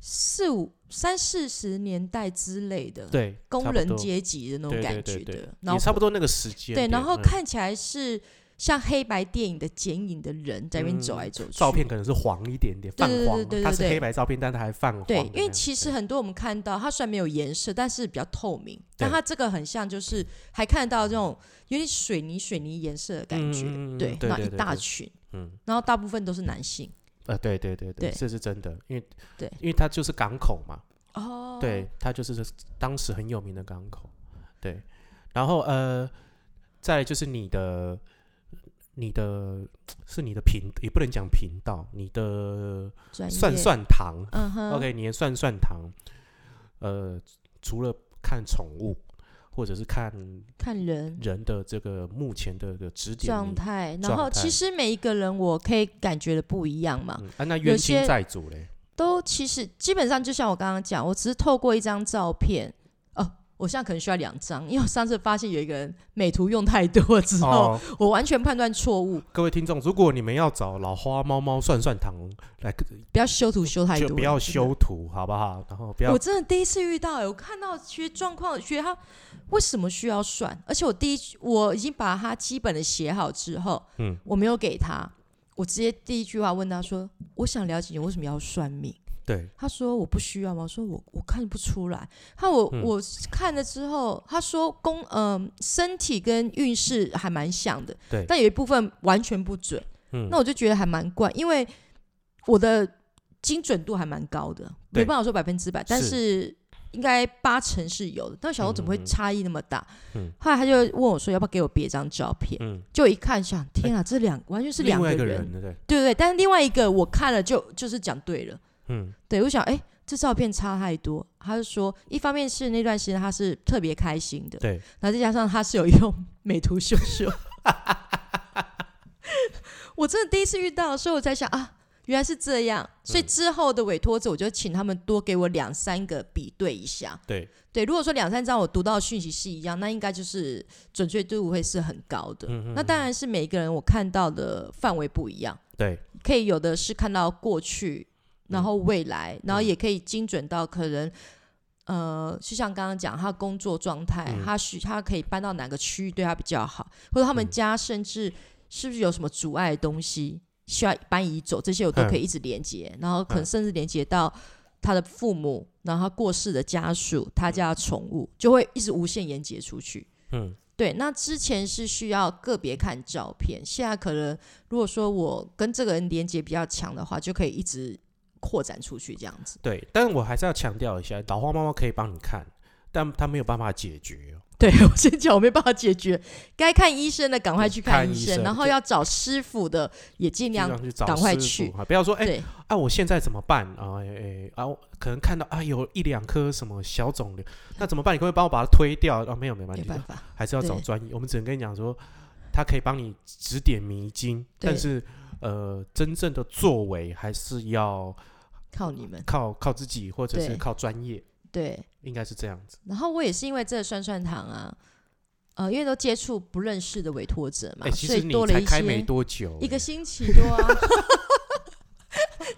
[SPEAKER 2] 四五三四十年代之类的，
[SPEAKER 1] 对，
[SPEAKER 2] 工
[SPEAKER 1] 差不
[SPEAKER 2] 人
[SPEAKER 1] 多
[SPEAKER 2] 阶级的那种
[SPEAKER 1] 对
[SPEAKER 2] 感
[SPEAKER 1] 对对
[SPEAKER 2] 觉
[SPEAKER 1] 对
[SPEAKER 2] 的，然后
[SPEAKER 1] 也差不多那个时间
[SPEAKER 2] 对，
[SPEAKER 1] 点，
[SPEAKER 2] 然后
[SPEAKER 1] 嗯
[SPEAKER 2] 看起来是像黑白电影的剪影的人在那边走来走去，
[SPEAKER 1] 嗯照片可能是黄一点点，泛
[SPEAKER 2] 对对对
[SPEAKER 1] 黄，
[SPEAKER 2] 对对
[SPEAKER 1] 它是
[SPEAKER 2] 对
[SPEAKER 1] 黑白照片，但它还泛黄的
[SPEAKER 2] 对
[SPEAKER 1] 那样。，
[SPEAKER 2] 因为其实
[SPEAKER 1] 对
[SPEAKER 2] 很多我们看到，它虽然没有颜色，但是比较透明。但
[SPEAKER 1] 对
[SPEAKER 2] 它这个很像，就是还看得到这种有点水泥水泥颜色的感觉。
[SPEAKER 1] 嗯嗯嗯嗯
[SPEAKER 2] 对，
[SPEAKER 1] 对
[SPEAKER 2] 然后
[SPEAKER 1] 对
[SPEAKER 2] 一
[SPEAKER 1] 对
[SPEAKER 2] 大
[SPEAKER 1] 对
[SPEAKER 2] 群，
[SPEAKER 1] 嗯
[SPEAKER 2] 然后大部分都是男性。
[SPEAKER 1] 呃对对对
[SPEAKER 2] 对
[SPEAKER 1] 这是真的，因为
[SPEAKER 2] 对
[SPEAKER 1] 因为它就是港口嘛，
[SPEAKER 2] 哦，
[SPEAKER 1] 对，它就是当时很有名的港口，对，然后呃，再来就是你的你的是你的频，也不能讲频道，你的
[SPEAKER 2] 专业
[SPEAKER 1] 算，算堂
[SPEAKER 2] 嗯哼
[SPEAKER 1] OK，你的算算堂，呃，除了看宠物或者是看
[SPEAKER 2] 看人
[SPEAKER 1] 人的这个目前的这个指点
[SPEAKER 2] 状
[SPEAKER 1] 迷
[SPEAKER 2] 态，然
[SPEAKER 1] 状
[SPEAKER 2] 后
[SPEAKER 1] 态
[SPEAKER 2] 其实每一个人我可以感觉的不一样嘛，
[SPEAKER 1] 嗯啊，那冤亲
[SPEAKER 2] 些
[SPEAKER 1] 债主嘞，
[SPEAKER 2] 都其实基本上就像我刚刚讲，我只是透过一张照片，哦，我现在可能需要两张，因为我上次发现有一个人美图用太多了之后，
[SPEAKER 1] 哦，
[SPEAKER 2] 我完全判断错误，
[SPEAKER 1] 各位听众，如果你们要找老花猫猫算算糖来，
[SPEAKER 2] 不要修图修太多
[SPEAKER 1] 就
[SPEAKER 2] 了，
[SPEAKER 1] 不要
[SPEAKER 2] 真的
[SPEAKER 1] 修图，好不好？然后不要
[SPEAKER 2] 我真的第一次遇到、欸，我看到其实状况，觉得他为什么需要算？而且我第一，我已经把他基本的写好之后，
[SPEAKER 1] 嗯
[SPEAKER 2] 我没有给他，我直接第一句话问他说：“我想了解你为什么要算命。”
[SPEAKER 1] 对，
[SPEAKER 2] 他说我不需要吗？我说我我看不出来。他我、
[SPEAKER 1] 嗯
[SPEAKER 2] 我看了之后，他说公嗯、身体跟运势还蛮像的，
[SPEAKER 1] 对
[SPEAKER 2] 但有一部分完全不准。
[SPEAKER 1] 嗯
[SPEAKER 2] 那我就觉得还蛮怪，因为我的精准度还蛮高的，
[SPEAKER 1] 对
[SPEAKER 2] 没办法说百分之百，但是应该八成是有的。但我想说怎么会
[SPEAKER 1] 嗯嗯嗯
[SPEAKER 2] 差异那么大？
[SPEAKER 1] 嗯
[SPEAKER 2] 后来他就问我说要不要给我别张照片，
[SPEAKER 1] 嗯，
[SPEAKER 2] 就一看想天啊，这两完全是
[SPEAKER 1] 另
[SPEAKER 2] 两
[SPEAKER 1] 外一个
[SPEAKER 2] 人，
[SPEAKER 1] 人，对不对，
[SPEAKER 2] 对对对。但是另外一个我看了就就是讲对了。
[SPEAKER 1] 嗯
[SPEAKER 2] 对，我想，哎、这照片差太多。他就说，一方面是那段时间他是特别开心的，
[SPEAKER 1] 对，
[SPEAKER 2] 然后再加上他是有用美图秀秀。我真的第一次遇到，所以我在想啊，原来是这样，所以之后的委托者，我就请他们多给我两三个比对一下。
[SPEAKER 1] 对
[SPEAKER 2] 对，如果说两三张我读到的讯息是一样，那应该就是准确度会是很高的。那当然是每一个人我看到的范围不一样，
[SPEAKER 1] 对，
[SPEAKER 2] 可以有的是看到过去，然后未来，然后也可以精准到可能。呃，就像刚刚讲，他工作状态，他需他可以搬到哪个区域对他比较好，或者他们家甚至是不是有什么阻碍的东西需要搬移走，这些我都可以一直连接，然后可能甚至连接到他的父母，然后他过世的家属，他家的宠物，就会一直无限延接出去。
[SPEAKER 1] 嗯，
[SPEAKER 2] 对，那之前是需要个别看照片，现在可能如果说我跟这个人连接比较强的话，就可以一直扩展出去这样子。
[SPEAKER 1] 对，但我还是要强调一下，老花猫猫可以帮你看，但它没有办法解决哦。
[SPEAKER 2] 对我先讲，我没办法解决，该看医生的赶快去
[SPEAKER 1] 看
[SPEAKER 2] 医
[SPEAKER 1] 医
[SPEAKER 2] 生，
[SPEAKER 1] 生
[SPEAKER 2] 然后
[SPEAKER 1] 就
[SPEAKER 2] 要找师傅的也尽量
[SPEAKER 1] 尽量去找
[SPEAKER 2] 赶快
[SPEAKER 1] 师
[SPEAKER 2] 去
[SPEAKER 1] 傅啊，不要说哎、
[SPEAKER 2] 对
[SPEAKER 1] 啊，我现在怎么办啊？哎、哎啊，我可能看到啊有一两颗什么小肿瘤，那怎么办？你可不可以帮我把它推掉？啊，没有没问题，
[SPEAKER 2] 没办法。
[SPEAKER 1] 还是要找
[SPEAKER 2] 对
[SPEAKER 1] 专业。我们只能跟你讲说，他可以帮你指点迷津，
[SPEAKER 2] 对
[SPEAKER 1] 但是呃，真正的作为还是要
[SPEAKER 2] 靠你们。
[SPEAKER 1] 靠靠自己，或者是
[SPEAKER 2] 对
[SPEAKER 1] 靠专业，
[SPEAKER 2] 对，
[SPEAKER 1] 应该是这样子。
[SPEAKER 2] 然后我也是因为这个酸酸糖啊，呃，因为都接触不认识的委托者嘛，
[SPEAKER 1] 哎、其
[SPEAKER 2] 所
[SPEAKER 1] 实
[SPEAKER 2] 以
[SPEAKER 1] 你
[SPEAKER 2] 多了
[SPEAKER 1] 才
[SPEAKER 2] 一
[SPEAKER 1] 开没
[SPEAKER 2] 些
[SPEAKER 1] 多久、
[SPEAKER 2] 一个
[SPEAKER 1] 哎
[SPEAKER 2] 星期多啊，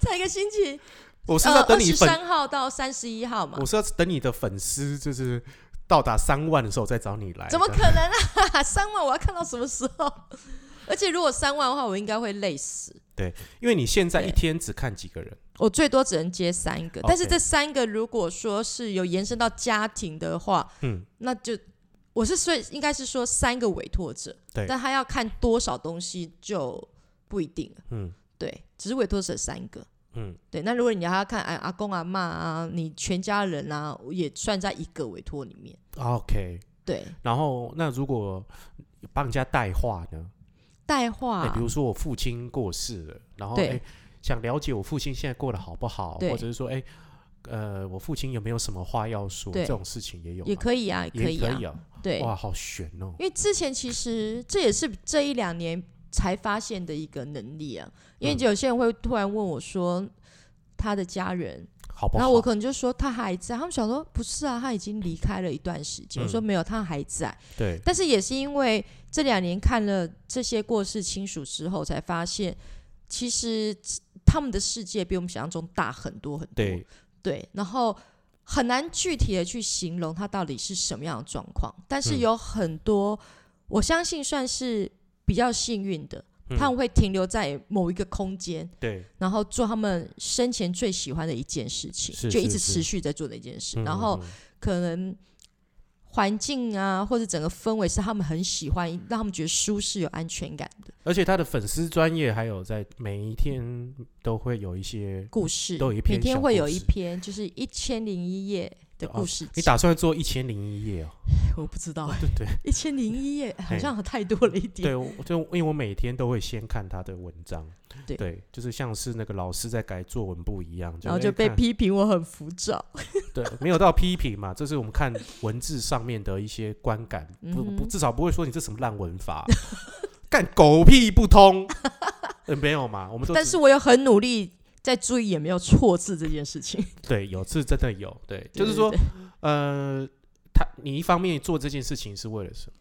[SPEAKER 2] 才一个星期，
[SPEAKER 1] 我是
[SPEAKER 2] 呃，
[SPEAKER 1] 要等
[SPEAKER 2] 二
[SPEAKER 1] 你
[SPEAKER 2] 十
[SPEAKER 1] 粉，
[SPEAKER 2] 三号到三十一号嘛
[SPEAKER 1] 我，是要等你的粉丝就是到达三万的时候再找你来。
[SPEAKER 2] 怎么
[SPEAKER 1] 这
[SPEAKER 2] 可
[SPEAKER 1] 样
[SPEAKER 2] 能啊？ 三万我要看到什么时候？ 而且如果三万的话，我应该会累死。
[SPEAKER 1] 因为你现在一
[SPEAKER 2] 对
[SPEAKER 1] 天只看几个人，
[SPEAKER 2] 我最多只能接三个，但是
[SPEAKER 1] OK
[SPEAKER 2] 这三个如果说是有延伸到家庭的话，
[SPEAKER 1] 嗯，
[SPEAKER 2] 那就我是说应该是说三个委托者，
[SPEAKER 1] 对
[SPEAKER 2] 但他要看多少东西就不一定了，
[SPEAKER 1] 嗯
[SPEAKER 2] 对，只是委托者三个，
[SPEAKER 1] 嗯，
[SPEAKER 2] 对。那如果你还要看哎阿阿公阿妈啊，你全家人啊，也算在一个委托里面，
[SPEAKER 1] OK。
[SPEAKER 2] 对。
[SPEAKER 1] 然后那如果帮人家代话呢？
[SPEAKER 2] 代
[SPEAKER 1] 哎、
[SPEAKER 2] 画、
[SPEAKER 1] 比如说我父亲过世了，然后哎、
[SPEAKER 2] 啊对
[SPEAKER 1] 想了解我父亲现在过得好不好，
[SPEAKER 2] 对
[SPEAKER 1] 或者是说哎、呃，我父亲有没有什么话要说？
[SPEAKER 2] 对
[SPEAKER 1] 这种事情也有吗，
[SPEAKER 2] 也可以啊，也
[SPEAKER 1] 也可
[SPEAKER 2] 以啊，
[SPEAKER 1] 啊。
[SPEAKER 2] 对。
[SPEAKER 1] 哇，好悬哦！
[SPEAKER 2] 因为之前其实这也是这一两年才发现的一个能力啊，
[SPEAKER 1] 嗯
[SPEAKER 2] 因为有些人会突然问我说他的家人，
[SPEAKER 1] 好哦不好？
[SPEAKER 2] 然后我可能就说他还在，他们想说不是啊，他已经离开了一段时
[SPEAKER 1] 嗯
[SPEAKER 2] 间，我说没有，他还在，
[SPEAKER 1] 对
[SPEAKER 2] 但是也是因为这两年看了这些过世亲属之后，才发现其实他们的世界比我们想象中大很多很多，
[SPEAKER 1] 对
[SPEAKER 2] 对，然后很难具体的去形容它到底是什么样的状况，但是
[SPEAKER 1] 嗯
[SPEAKER 2] 有很多、我相信算是比较幸运的，
[SPEAKER 1] 嗯
[SPEAKER 2] 他们会停留在某一个空间，
[SPEAKER 1] 对
[SPEAKER 2] 然后做他们生前最喜欢的一件事情，
[SPEAKER 1] 是
[SPEAKER 2] 就是一直
[SPEAKER 1] 是
[SPEAKER 2] 持续在做的一件事，
[SPEAKER 1] 嗯
[SPEAKER 2] 然后
[SPEAKER 1] 嗯嗯
[SPEAKER 2] 可能。环境啊，或者整个氛围是他们很喜欢，让他们觉得舒适、有安全感的
[SPEAKER 1] 而且他的粉丝专业还有在每一天都会有一些。
[SPEAKER 2] 故事。
[SPEAKER 1] 都有一篇
[SPEAKER 2] 每天
[SPEAKER 1] 小
[SPEAKER 2] 会
[SPEAKER 1] 故
[SPEAKER 2] 有一
[SPEAKER 1] 事
[SPEAKER 2] 篇，就是一千零一夜的
[SPEAKER 1] 哦
[SPEAKER 2] 故事集。
[SPEAKER 1] 你打算做一千零一夜哦？
[SPEAKER 2] 我不知道
[SPEAKER 1] 哦对对
[SPEAKER 2] 一千零一夜好像太多了一点。
[SPEAKER 1] 对，我就因为我每天都会先看他的文章，
[SPEAKER 2] 对
[SPEAKER 1] 就是像是那个老师在改作文簿一样，
[SPEAKER 2] 然后就
[SPEAKER 1] 哎
[SPEAKER 2] 被
[SPEAKER 1] 看
[SPEAKER 2] 批评我很浮躁，
[SPEAKER 1] 对，没有到批评嘛，这是我们看文字上面的一些观感，不
[SPEAKER 2] 嗯
[SPEAKER 1] 不，
[SPEAKER 2] 哼
[SPEAKER 1] 至少不会说你这什么烂文法， 干狗屁不通， 呃没有嘛，我们都
[SPEAKER 2] 但
[SPEAKER 1] 只
[SPEAKER 2] 是我有很努力在注意有没有错字这件事情。
[SPEAKER 1] 对有是真的有，对，
[SPEAKER 2] 对
[SPEAKER 1] 就是，说
[SPEAKER 2] 对对
[SPEAKER 1] 呃，他你一方面做这件事情是为了什么？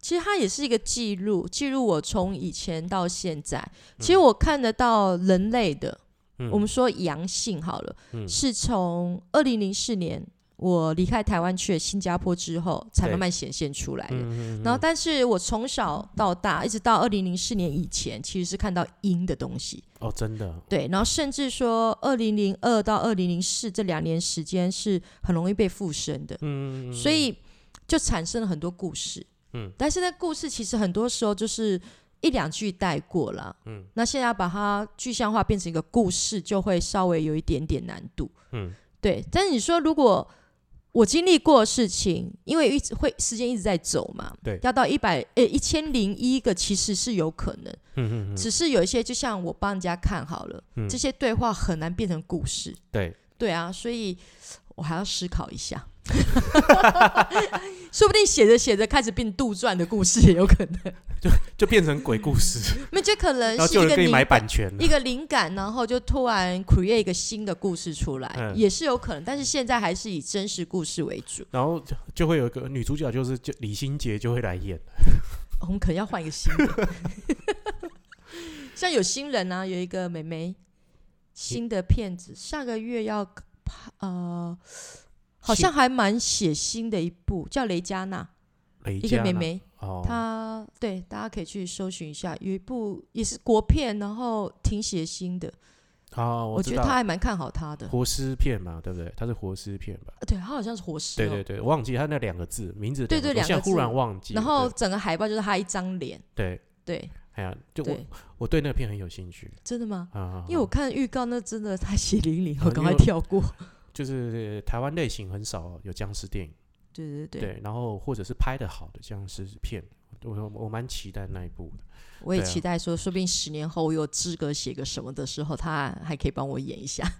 [SPEAKER 2] 其实它也是一个记录，记录我从以前到现在。其实我看得到人类的，
[SPEAKER 1] 嗯
[SPEAKER 2] 我们说阳性好了，
[SPEAKER 1] 嗯
[SPEAKER 2] 是从二零零四年我离开台湾去了新加坡之后，才
[SPEAKER 1] 对
[SPEAKER 2] 慢慢显现出来的。
[SPEAKER 1] 嗯
[SPEAKER 2] 然后，但是我从小到大，一直到二零零四年以前，其实是看到阴的东西。
[SPEAKER 1] 哦，真的，
[SPEAKER 2] 对，然后甚至说，二零零二到二零零四这两年时间是很容易被附身的，
[SPEAKER 1] 嗯，
[SPEAKER 2] 所以就产生了很多故事。
[SPEAKER 1] 嗯，
[SPEAKER 2] 但是那故事其实很多时候就是一两句带过了。
[SPEAKER 1] 嗯，
[SPEAKER 2] 那现在把它具象化变成一个故事，就会稍微有一点点难度。
[SPEAKER 1] 嗯，
[SPEAKER 2] 对，但是你说如果我经历过的事情，因为一直会时间一直在走嘛，
[SPEAKER 1] 对
[SPEAKER 2] 要到一百呃一千零一个其实是有可能，
[SPEAKER 1] 嗯嗯嗯，
[SPEAKER 2] 只是有一些就像我帮人家看好了，
[SPEAKER 1] 嗯
[SPEAKER 2] 这些对话很难变成故事，
[SPEAKER 1] 对，
[SPEAKER 2] 对啊，所以我还要思考一下。 说不定写着写着开始变杜撰的故事也有 可能，
[SPEAKER 1] 就变成鬼故事，
[SPEAKER 2] 那就可能
[SPEAKER 1] 然后
[SPEAKER 2] 是
[SPEAKER 1] 就
[SPEAKER 2] 一
[SPEAKER 1] 有人
[SPEAKER 2] 个
[SPEAKER 1] 跟你
[SPEAKER 2] 灵
[SPEAKER 1] 买
[SPEAKER 2] 感
[SPEAKER 1] 版权了
[SPEAKER 2] 嗯一。个灵感，然后就突然 create 一个新的故事出来，
[SPEAKER 1] 嗯
[SPEAKER 2] 也是有可能。但是现在还是以真实故事为主，
[SPEAKER 1] 然后就就会有一个女主角，就是就李心洁就会来演，
[SPEAKER 2] 我们可能要换一个新的。 像有新人啊，有一个美眉，新的片子，下个月要拍，呃，好像还蛮血腥的一部，叫雷佳娜，
[SPEAKER 1] 雷
[SPEAKER 2] 一
[SPEAKER 1] 佳
[SPEAKER 2] 个
[SPEAKER 1] 娜
[SPEAKER 2] 美眉，
[SPEAKER 1] 哦，
[SPEAKER 2] 她对大家可以去搜寻一下，有一部也是国片，然后挺血腥的，
[SPEAKER 1] 好，
[SPEAKER 2] 我
[SPEAKER 1] 知
[SPEAKER 2] 觉得她
[SPEAKER 1] 道
[SPEAKER 2] 还蛮看好她的。
[SPEAKER 1] 活尸片嘛，对不对？它是活尸片吧？
[SPEAKER 2] 对，她好像是活尸、
[SPEAKER 1] 对
[SPEAKER 2] 哦，
[SPEAKER 1] 对对，我忘记它那两个字名字，
[SPEAKER 2] 对对
[SPEAKER 1] 我
[SPEAKER 2] 两
[SPEAKER 1] 现在
[SPEAKER 2] 个
[SPEAKER 1] 忽然
[SPEAKER 2] 字
[SPEAKER 1] 忘记了。
[SPEAKER 2] 然后整个海报就是他一张脸，
[SPEAKER 1] 对，对
[SPEAKER 2] 对
[SPEAKER 1] 哎呀，就我
[SPEAKER 2] 对，
[SPEAKER 1] 我对那个片很有兴趣
[SPEAKER 2] 真的吗？
[SPEAKER 1] 啊啊，啊
[SPEAKER 2] 因为我看预告，那真的太血淋淋，
[SPEAKER 1] 啊
[SPEAKER 2] 我赶
[SPEAKER 1] 因
[SPEAKER 2] 快
[SPEAKER 1] 为
[SPEAKER 2] 跳过。
[SPEAKER 1] 就是台湾类型很少有僵尸电影，
[SPEAKER 2] 对对对，
[SPEAKER 1] 对，然后或者是拍的好的僵尸片，我我我蛮期待那一部的。
[SPEAKER 2] 我也
[SPEAKER 1] 对啊
[SPEAKER 2] 期待说，说不定十年后我有资格写个什么的时候，他还可以帮我演一
[SPEAKER 1] 啊
[SPEAKER 2] 下。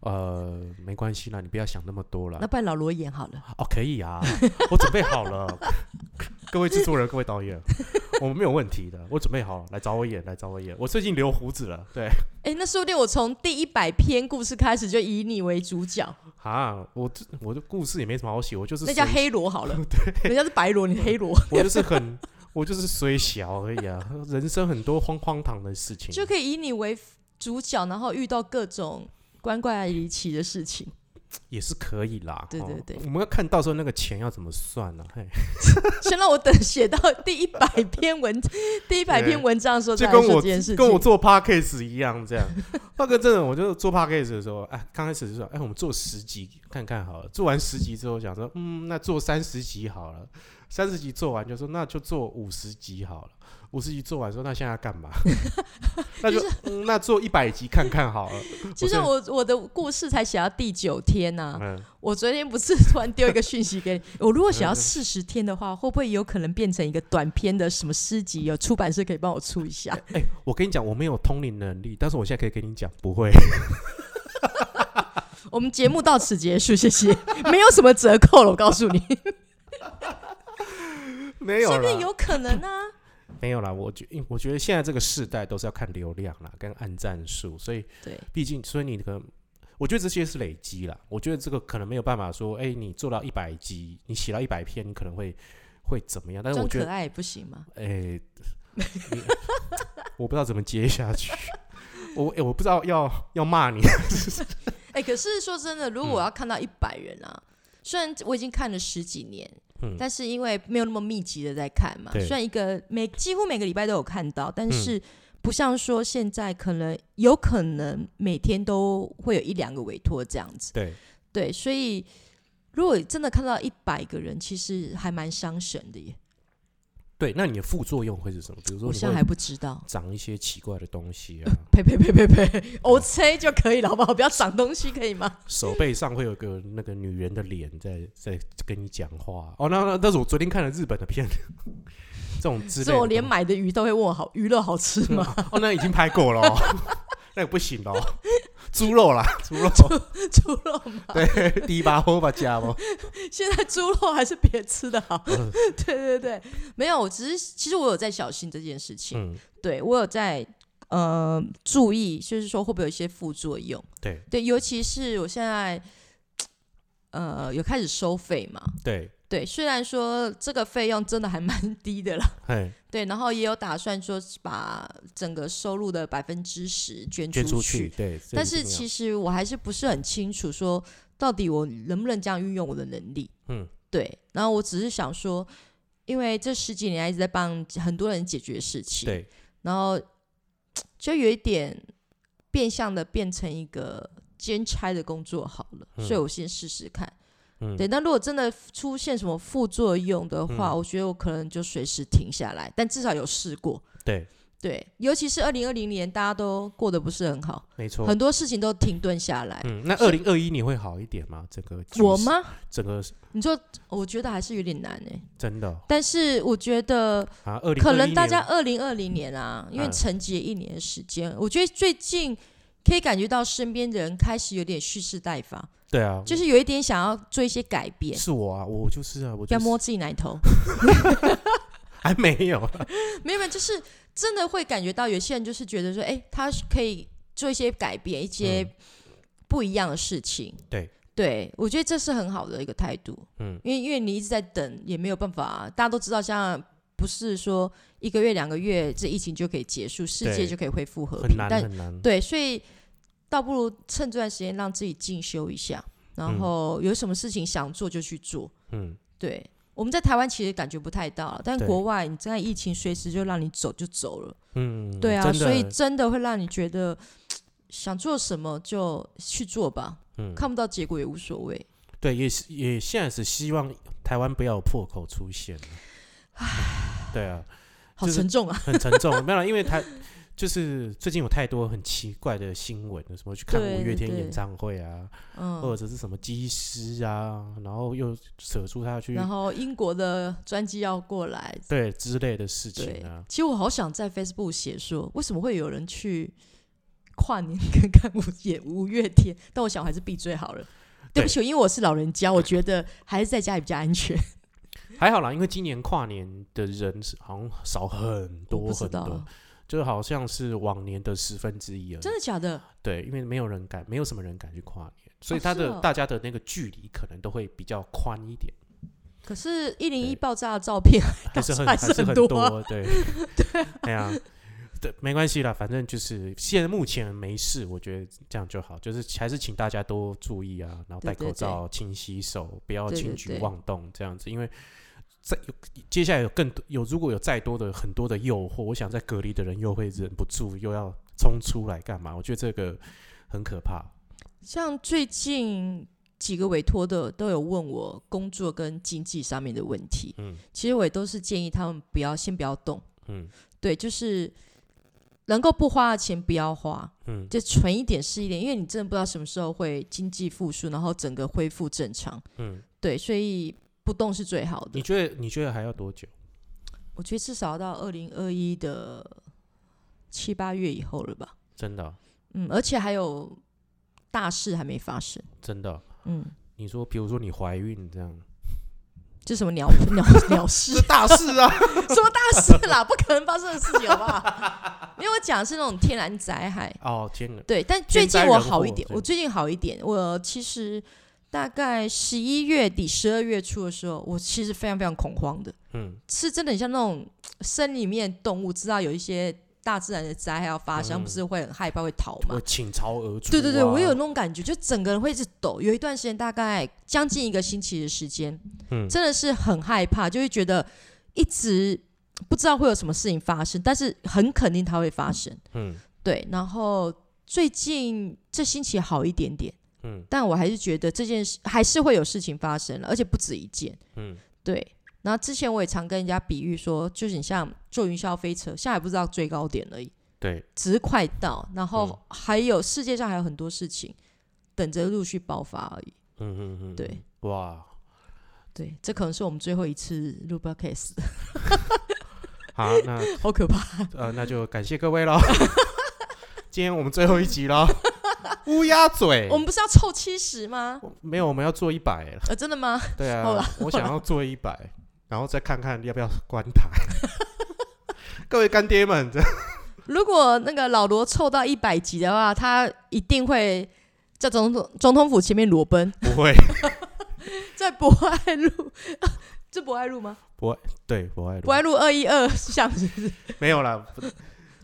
[SPEAKER 1] 呃，没关系啦，你不要想那么多
[SPEAKER 2] 那
[SPEAKER 1] 了。
[SPEAKER 2] 不然老罗演好了。
[SPEAKER 1] 哦，可以啊， 我准备好了， 各位制作人、各位导演，我们没有问题的，我准备好了，来找我演，来找我演。我最近留胡子了，对
[SPEAKER 2] 哎，那说不定我从第一百篇故事开始就以你为主角，
[SPEAKER 1] 啊，我这我的故事也没什么好写，我就是嗯
[SPEAKER 2] 那叫
[SPEAKER 1] 随
[SPEAKER 2] 黑罗 好了。人家是白罗，你黑罗
[SPEAKER 1] 我就是很，我就是虽小而已啊。 人生很多荒荒唐的事情，
[SPEAKER 2] 就可以以你为主角，然后遇到各种关怪离奇的事情。
[SPEAKER 1] 也是可以啦。
[SPEAKER 2] 对
[SPEAKER 1] 哦
[SPEAKER 2] 对对
[SPEAKER 1] 我们要看到时候那个钱要怎么算呢、嘿，
[SPEAKER 2] 先让我等写到第一百篇文， 第一百篇文章的时候
[SPEAKER 1] 就
[SPEAKER 2] 再来
[SPEAKER 1] 跟
[SPEAKER 2] 说
[SPEAKER 1] 我
[SPEAKER 2] 这件事情。
[SPEAKER 1] 跟我做 podcast 一样，这样。 那个真的，我就做 podcast 的时候，哎，刚开始就说，哎，我们做十集看看好了。做完十集之后，想说，嗯，那做三十集好了。三十集做完就说，那就做五十集好了。五十集做完说，那现在要干 嘛？那就、嗯、那做一百集看看好 了。
[SPEAKER 2] 其实我我的故事才写到第九天啊呢、
[SPEAKER 1] 嗯，
[SPEAKER 2] 我昨天不是突然丢一个讯息给你，我如果写到四十天的话，会不会有可能变成一个短篇的什么诗集？有出版社可以帮我出一 下？
[SPEAKER 1] 哎、我跟你讲，我没有通灵能力，但是我现在可以跟你讲，不 会。
[SPEAKER 2] 我们节目到此结束，谢谢，没有什么折扣了，我告诉你，
[SPEAKER 1] 没
[SPEAKER 2] 说
[SPEAKER 1] 有
[SPEAKER 2] 不定
[SPEAKER 1] 啦，
[SPEAKER 2] 有可能啊。
[SPEAKER 1] 没有啦。我觉因我觉得现在这个世代都是要看流量啦，跟按赞数，所以
[SPEAKER 2] 对，
[SPEAKER 1] 毕竟，所以你可能，我觉得这些是累积啦。我觉得这个可能没有办法说，哎、你做到一百集，你写到一百篇，你可能会会怎么样？但是
[SPEAKER 2] 装
[SPEAKER 1] 我觉
[SPEAKER 2] 可
[SPEAKER 1] 得，
[SPEAKER 2] 爱也不行吗？
[SPEAKER 1] 哎、你 我不知道怎么接下去。我哎、我不知道要要骂 你，
[SPEAKER 2] 哎、可是说真的，如
[SPEAKER 1] 嗯
[SPEAKER 2] 果我要看到一百人啊，虽然我已经看了十几年，
[SPEAKER 1] 嗯
[SPEAKER 2] 但是因为没有那么密集的在看嘛，
[SPEAKER 1] 对嗯
[SPEAKER 2] 虽然一个每几乎每个礼拜都有看到，但是不像说现在可能有可能每天都会有一两个委托这样子，
[SPEAKER 1] 对，
[SPEAKER 2] 对，所以如果真的看到一百个人，其实还蛮伤神的耶。
[SPEAKER 1] 对，那你的副作用会是什么？比如说
[SPEAKER 2] 我
[SPEAKER 1] 你
[SPEAKER 2] 现在还
[SPEAKER 1] 会
[SPEAKER 2] 不知道，
[SPEAKER 1] 长一些奇怪的东西啊，
[SPEAKER 2] 呸呸呸呸呸，OK 就可以了，好不好？不要长东西可以吗？
[SPEAKER 1] 手背上会有个那个女人的脸在在跟你讲话。哦，那那那是我昨天看了日本的片， 这种之类的
[SPEAKER 2] 所以我连买的鱼都会问我好，鱼肉好吃吗？
[SPEAKER 1] 哦，那已经拍过 了哦，那也不行哦。猪肉啦，猪肉，嗯
[SPEAKER 2] 猪肉吗？
[SPEAKER 1] 对，第八波吧，加哦。
[SPEAKER 2] 现在猪肉还是别吃的好。
[SPEAKER 1] 嗯
[SPEAKER 2] 对对对，没有，我只是其实我有在小心这件事情，
[SPEAKER 1] 嗯，
[SPEAKER 2] 对我有在呃注意，就是说会不会有一些副作用？
[SPEAKER 1] 对
[SPEAKER 2] 对，尤其是我现在呃有开始收费嘛，
[SPEAKER 1] 对，
[SPEAKER 2] 对，虽然说这个费用真的还蛮低的啦，
[SPEAKER 1] 嘿，
[SPEAKER 2] 对，然后也有打算说是把整个收入的百分之十捐
[SPEAKER 1] 捐出去，
[SPEAKER 2] 去，
[SPEAKER 1] 对。这
[SPEAKER 2] 但
[SPEAKER 1] 一定
[SPEAKER 2] 是
[SPEAKER 1] 要
[SPEAKER 2] 其实我还是不是很清楚，说到底我能不能这样运用我的能力？
[SPEAKER 1] 嗯，
[SPEAKER 2] 对。然后我只是想说，因为这十几年来一直在帮很多人解决事情，，
[SPEAKER 1] 对，
[SPEAKER 2] 然后就有一点变相的变成一个兼差的工作好了，所以我先试试看。
[SPEAKER 1] 嗯
[SPEAKER 2] 对，那如果真的出现什么副作用的话，
[SPEAKER 1] 嗯
[SPEAKER 2] 我觉得我可能就随时停下来，但至少有试过。
[SPEAKER 1] 对，
[SPEAKER 2] 对，尤其是二零二零年，大家都过得不是很好，
[SPEAKER 1] 没错。
[SPEAKER 2] 很多事情都停顿下来。
[SPEAKER 1] 嗯，那二零二一你会好一点吗？整个局
[SPEAKER 2] 我
[SPEAKER 1] 势？
[SPEAKER 2] 吗？
[SPEAKER 1] 整个
[SPEAKER 2] 你说，我觉得还是有点难哎、
[SPEAKER 1] 真的哦
[SPEAKER 2] 但是我觉得，
[SPEAKER 1] 啊，二零
[SPEAKER 2] 可能大家二零二零年啊，因为
[SPEAKER 1] 嗯
[SPEAKER 2] 沉寂了一年的时间，我觉得最近可以感觉到身边的人开始有点蓄势待发，
[SPEAKER 1] 对啊，
[SPEAKER 2] 就是有一点想要做一些改变，
[SPEAKER 1] 是我啊，我就是啊，我
[SPEAKER 2] 不
[SPEAKER 1] 就
[SPEAKER 2] 要
[SPEAKER 1] 是
[SPEAKER 2] 摸自己奶头。
[SPEAKER 1] 还没有啊，
[SPEAKER 2] 没有，没有，就是真的会感觉到有些人就是觉得说，哎、他是可以做一些改变，一些不一样的事情。
[SPEAKER 1] 嗯对，
[SPEAKER 2] 对我觉得这是很好的一个态度。
[SPEAKER 1] 嗯，
[SPEAKER 2] 因为因为你一直在等，也没有办法、大家都知道，现在不是说一个月、两个月这疫情就可以结束，世界
[SPEAKER 1] 对
[SPEAKER 2] 就可以恢复和
[SPEAKER 1] 很
[SPEAKER 2] 平。
[SPEAKER 1] 难
[SPEAKER 2] 但
[SPEAKER 1] 很难。
[SPEAKER 2] 对，所以倒不如趁这段时间让自己进修一下，然后有什么事情想做就去做。
[SPEAKER 1] 嗯，
[SPEAKER 2] 对，我们在台湾其实感觉不太到了，但
[SPEAKER 1] 对
[SPEAKER 2] 国外你现在疫情随时就让你走就走了，
[SPEAKER 1] 嗯，
[SPEAKER 2] 对啊，
[SPEAKER 1] 真的
[SPEAKER 2] 所以真的会让你觉得想做什么就去做吧，
[SPEAKER 1] 嗯，
[SPEAKER 2] 看不到结果也无所谓。
[SPEAKER 1] 对，也是也现在是希望台湾不要有破口出现。啊对啊，
[SPEAKER 2] 好
[SPEAKER 1] 就是
[SPEAKER 2] 沉重啊！
[SPEAKER 1] 很沉重。没有啦，因为台就是最近有太多很奇怪的新闻，什么去看
[SPEAKER 2] 对
[SPEAKER 1] 五月天
[SPEAKER 2] 对
[SPEAKER 1] 演唱会啊，
[SPEAKER 2] 嗯，
[SPEAKER 1] 或者是什么机师啊，然后又扯出他去
[SPEAKER 2] 然后英国的专辑要过来，
[SPEAKER 1] 对之类的事
[SPEAKER 2] 对
[SPEAKER 1] 情啊，，
[SPEAKER 2] 其实我好想在 Facebook 写说，为什么会有人去跨年跟看五演五月天？但我想我还是闭嘴好了。对不起，因为我是老人家，我觉得还是在家里比较安全。
[SPEAKER 1] 还好啦，因为今年跨年的人是好像少很 多
[SPEAKER 2] 我不
[SPEAKER 1] 嗯
[SPEAKER 2] 知
[SPEAKER 1] 很多
[SPEAKER 2] 道，，啊
[SPEAKER 1] 就好像是往年的十分之一而已。
[SPEAKER 2] 真的假的？
[SPEAKER 1] 对，因为没有人敢，没有什么人敢去跨年，所以他
[SPEAKER 2] 是
[SPEAKER 1] 的、
[SPEAKER 2] 哦
[SPEAKER 1] 大家的那个距离可能都会比较宽一点，
[SPEAKER 2] 可是，一零一
[SPEAKER 1] 对
[SPEAKER 2] 爆炸的照片
[SPEAKER 1] 还是很
[SPEAKER 2] 还
[SPEAKER 1] 还
[SPEAKER 2] 是
[SPEAKER 1] 是
[SPEAKER 2] 很
[SPEAKER 1] 很
[SPEAKER 2] 多
[SPEAKER 1] 多，对， 哎呀，对，没关系啦，反正就是现在目前没事，我觉得这样就好，就是还是请大家多注意啊，然后
[SPEAKER 2] 对
[SPEAKER 1] 戴
[SPEAKER 2] 对
[SPEAKER 1] 口
[SPEAKER 2] 对
[SPEAKER 1] 罩、勤洗手，不要
[SPEAKER 2] 对
[SPEAKER 1] 轻
[SPEAKER 2] 对
[SPEAKER 1] 举
[SPEAKER 2] 对
[SPEAKER 1] 妄动这样子，因为。再有接下来有更多有，如果有再多的很多的诱惑，我想在隔离的人又会忍不住又要冲出来干嘛？我觉得这个很可怕。
[SPEAKER 2] 像最近几个委托的都有问我工作跟经济上面的问题，
[SPEAKER 1] 嗯
[SPEAKER 2] 其实我也都是建议他们不要先不要动，
[SPEAKER 1] 嗯
[SPEAKER 2] 对，就是能够不花的钱不要花，
[SPEAKER 1] 嗯，
[SPEAKER 2] 就存一点是一点，因为你真的不知道什么时候会经济复苏，然后整个恢复正常，
[SPEAKER 1] 嗯，
[SPEAKER 2] 对，所以不动是最好
[SPEAKER 1] 你
[SPEAKER 2] 的。
[SPEAKER 1] 觉得你觉得还要多久？
[SPEAKER 2] 我觉得至少要到二零二一的七八月以后了吧，
[SPEAKER 1] 真的哦、
[SPEAKER 2] 嗯，而且还有大事还没发生，
[SPEAKER 1] 真的哦、
[SPEAKER 2] 嗯。
[SPEAKER 1] 你说，比如说你怀孕这样，
[SPEAKER 2] 这什么鸟 鸟鸟事？
[SPEAKER 1] 大事啊！
[SPEAKER 2] 什么大事啦？不可能发生的事情，好不好？ 因为我讲的是那种天然灾害，
[SPEAKER 1] 哦，天哪！
[SPEAKER 2] 对。但最近
[SPEAKER 1] 天灾
[SPEAKER 2] 我
[SPEAKER 1] 人祸
[SPEAKER 2] 好一点，
[SPEAKER 1] 对
[SPEAKER 2] 我最近好一点。我其实大概十一月底、十二月初的时候，我其实非常非常恐慌的，
[SPEAKER 1] 嗯，
[SPEAKER 2] 是真的很像那种森林里面动物，知道有一些大自然的灾害要发生，
[SPEAKER 1] 嗯
[SPEAKER 2] 不是会很害怕会逃吗
[SPEAKER 1] 我？倾巢而出、啊。
[SPEAKER 2] 对对对，我有那种感觉，就整个人会一直抖。有一段时间，大概将近一个星期的时间，
[SPEAKER 1] 嗯
[SPEAKER 2] 真的是很害怕，就会觉得一直不知道会有什么事情发生，但是很肯定它会发生。
[SPEAKER 1] 嗯
[SPEAKER 2] 对，然后最近这星期好一点点，
[SPEAKER 1] 嗯
[SPEAKER 2] 但我还是觉得这件事还是会有事情发生了，而且不止一件。
[SPEAKER 1] 嗯，
[SPEAKER 2] 对，然后之前我也常跟人家比喻说，就是你像坐云霄飞车，现在还不知道最高点而已。
[SPEAKER 1] 对，
[SPEAKER 2] 只是快到，然
[SPEAKER 1] 嗯
[SPEAKER 2] 后还有世界上还有很多事情等着陆续爆发而已。
[SPEAKER 1] 嗯嗯嗯，
[SPEAKER 2] 对
[SPEAKER 1] 嗯，哇
[SPEAKER 2] 对，这可能是我们最后一次录 podcast，
[SPEAKER 1] 好，那
[SPEAKER 2] 好可怕！
[SPEAKER 1] 呃，那就感谢各位喽。 今天我们最后一集喽，乌鸦嘴。
[SPEAKER 2] 我们不是要凑七十吗？
[SPEAKER 1] 没有，我们要做一百了。
[SPEAKER 2] 呃，真的吗？
[SPEAKER 1] 对
[SPEAKER 2] 好
[SPEAKER 1] 啊
[SPEAKER 2] 啦，
[SPEAKER 1] 我想要做一百，然后再看看要不要关台。 各位干爹们，
[SPEAKER 2] 如果那个老罗凑到一百集的话，他一定会在总统总统府前面 裸奔，
[SPEAKER 1] 不会，
[SPEAKER 2] 在博爱路， 这博爱路吗？
[SPEAKER 1] 对，不爱录
[SPEAKER 2] 博爱路二一二巷是不是？
[SPEAKER 1] 没有啦，不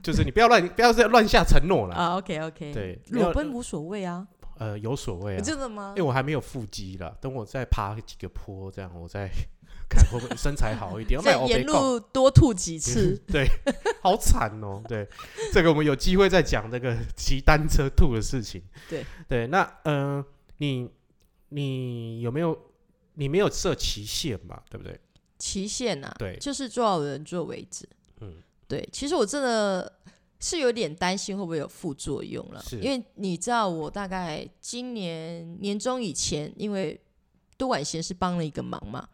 [SPEAKER 1] 就是你不要乱，不要再乱下承诺啦。
[SPEAKER 2] 啊，OK OK，，
[SPEAKER 1] 对，
[SPEAKER 2] 裸
[SPEAKER 1] 要
[SPEAKER 2] 奔无所谓啊，
[SPEAKER 1] 呃有所谓啊，
[SPEAKER 2] 真的吗
[SPEAKER 1] 因为？我还没有腹肌啦，等我再爬几个坡，这样我再 看会不会身材好一点。
[SPEAKER 2] 在
[SPEAKER 1] 要不然我没
[SPEAKER 2] 沿
[SPEAKER 1] 空
[SPEAKER 2] 路多吐几 次，
[SPEAKER 1] 对，好惨哦、对，这个我们有机会再讲这个骑单车吐的事情。
[SPEAKER 2] 对
[SPEAKER 1] 对，那呃，你你有没有你没有设期限嘛？对不对？
[SPEAKER 2] 期限啊，
[SPEAKER 1] 对
[SPEAKER 2] 就是做好人做为止。
[SPEAKER 1] 嗯，
[SPEAKER 2] 对，其实我真的是有点担心会不会有副作用了，
[SPEAKER 1] 是
[SPEAKER 2] 因为你知道我大概今年年中以前，因为多管闲是帮了一个忙嘛，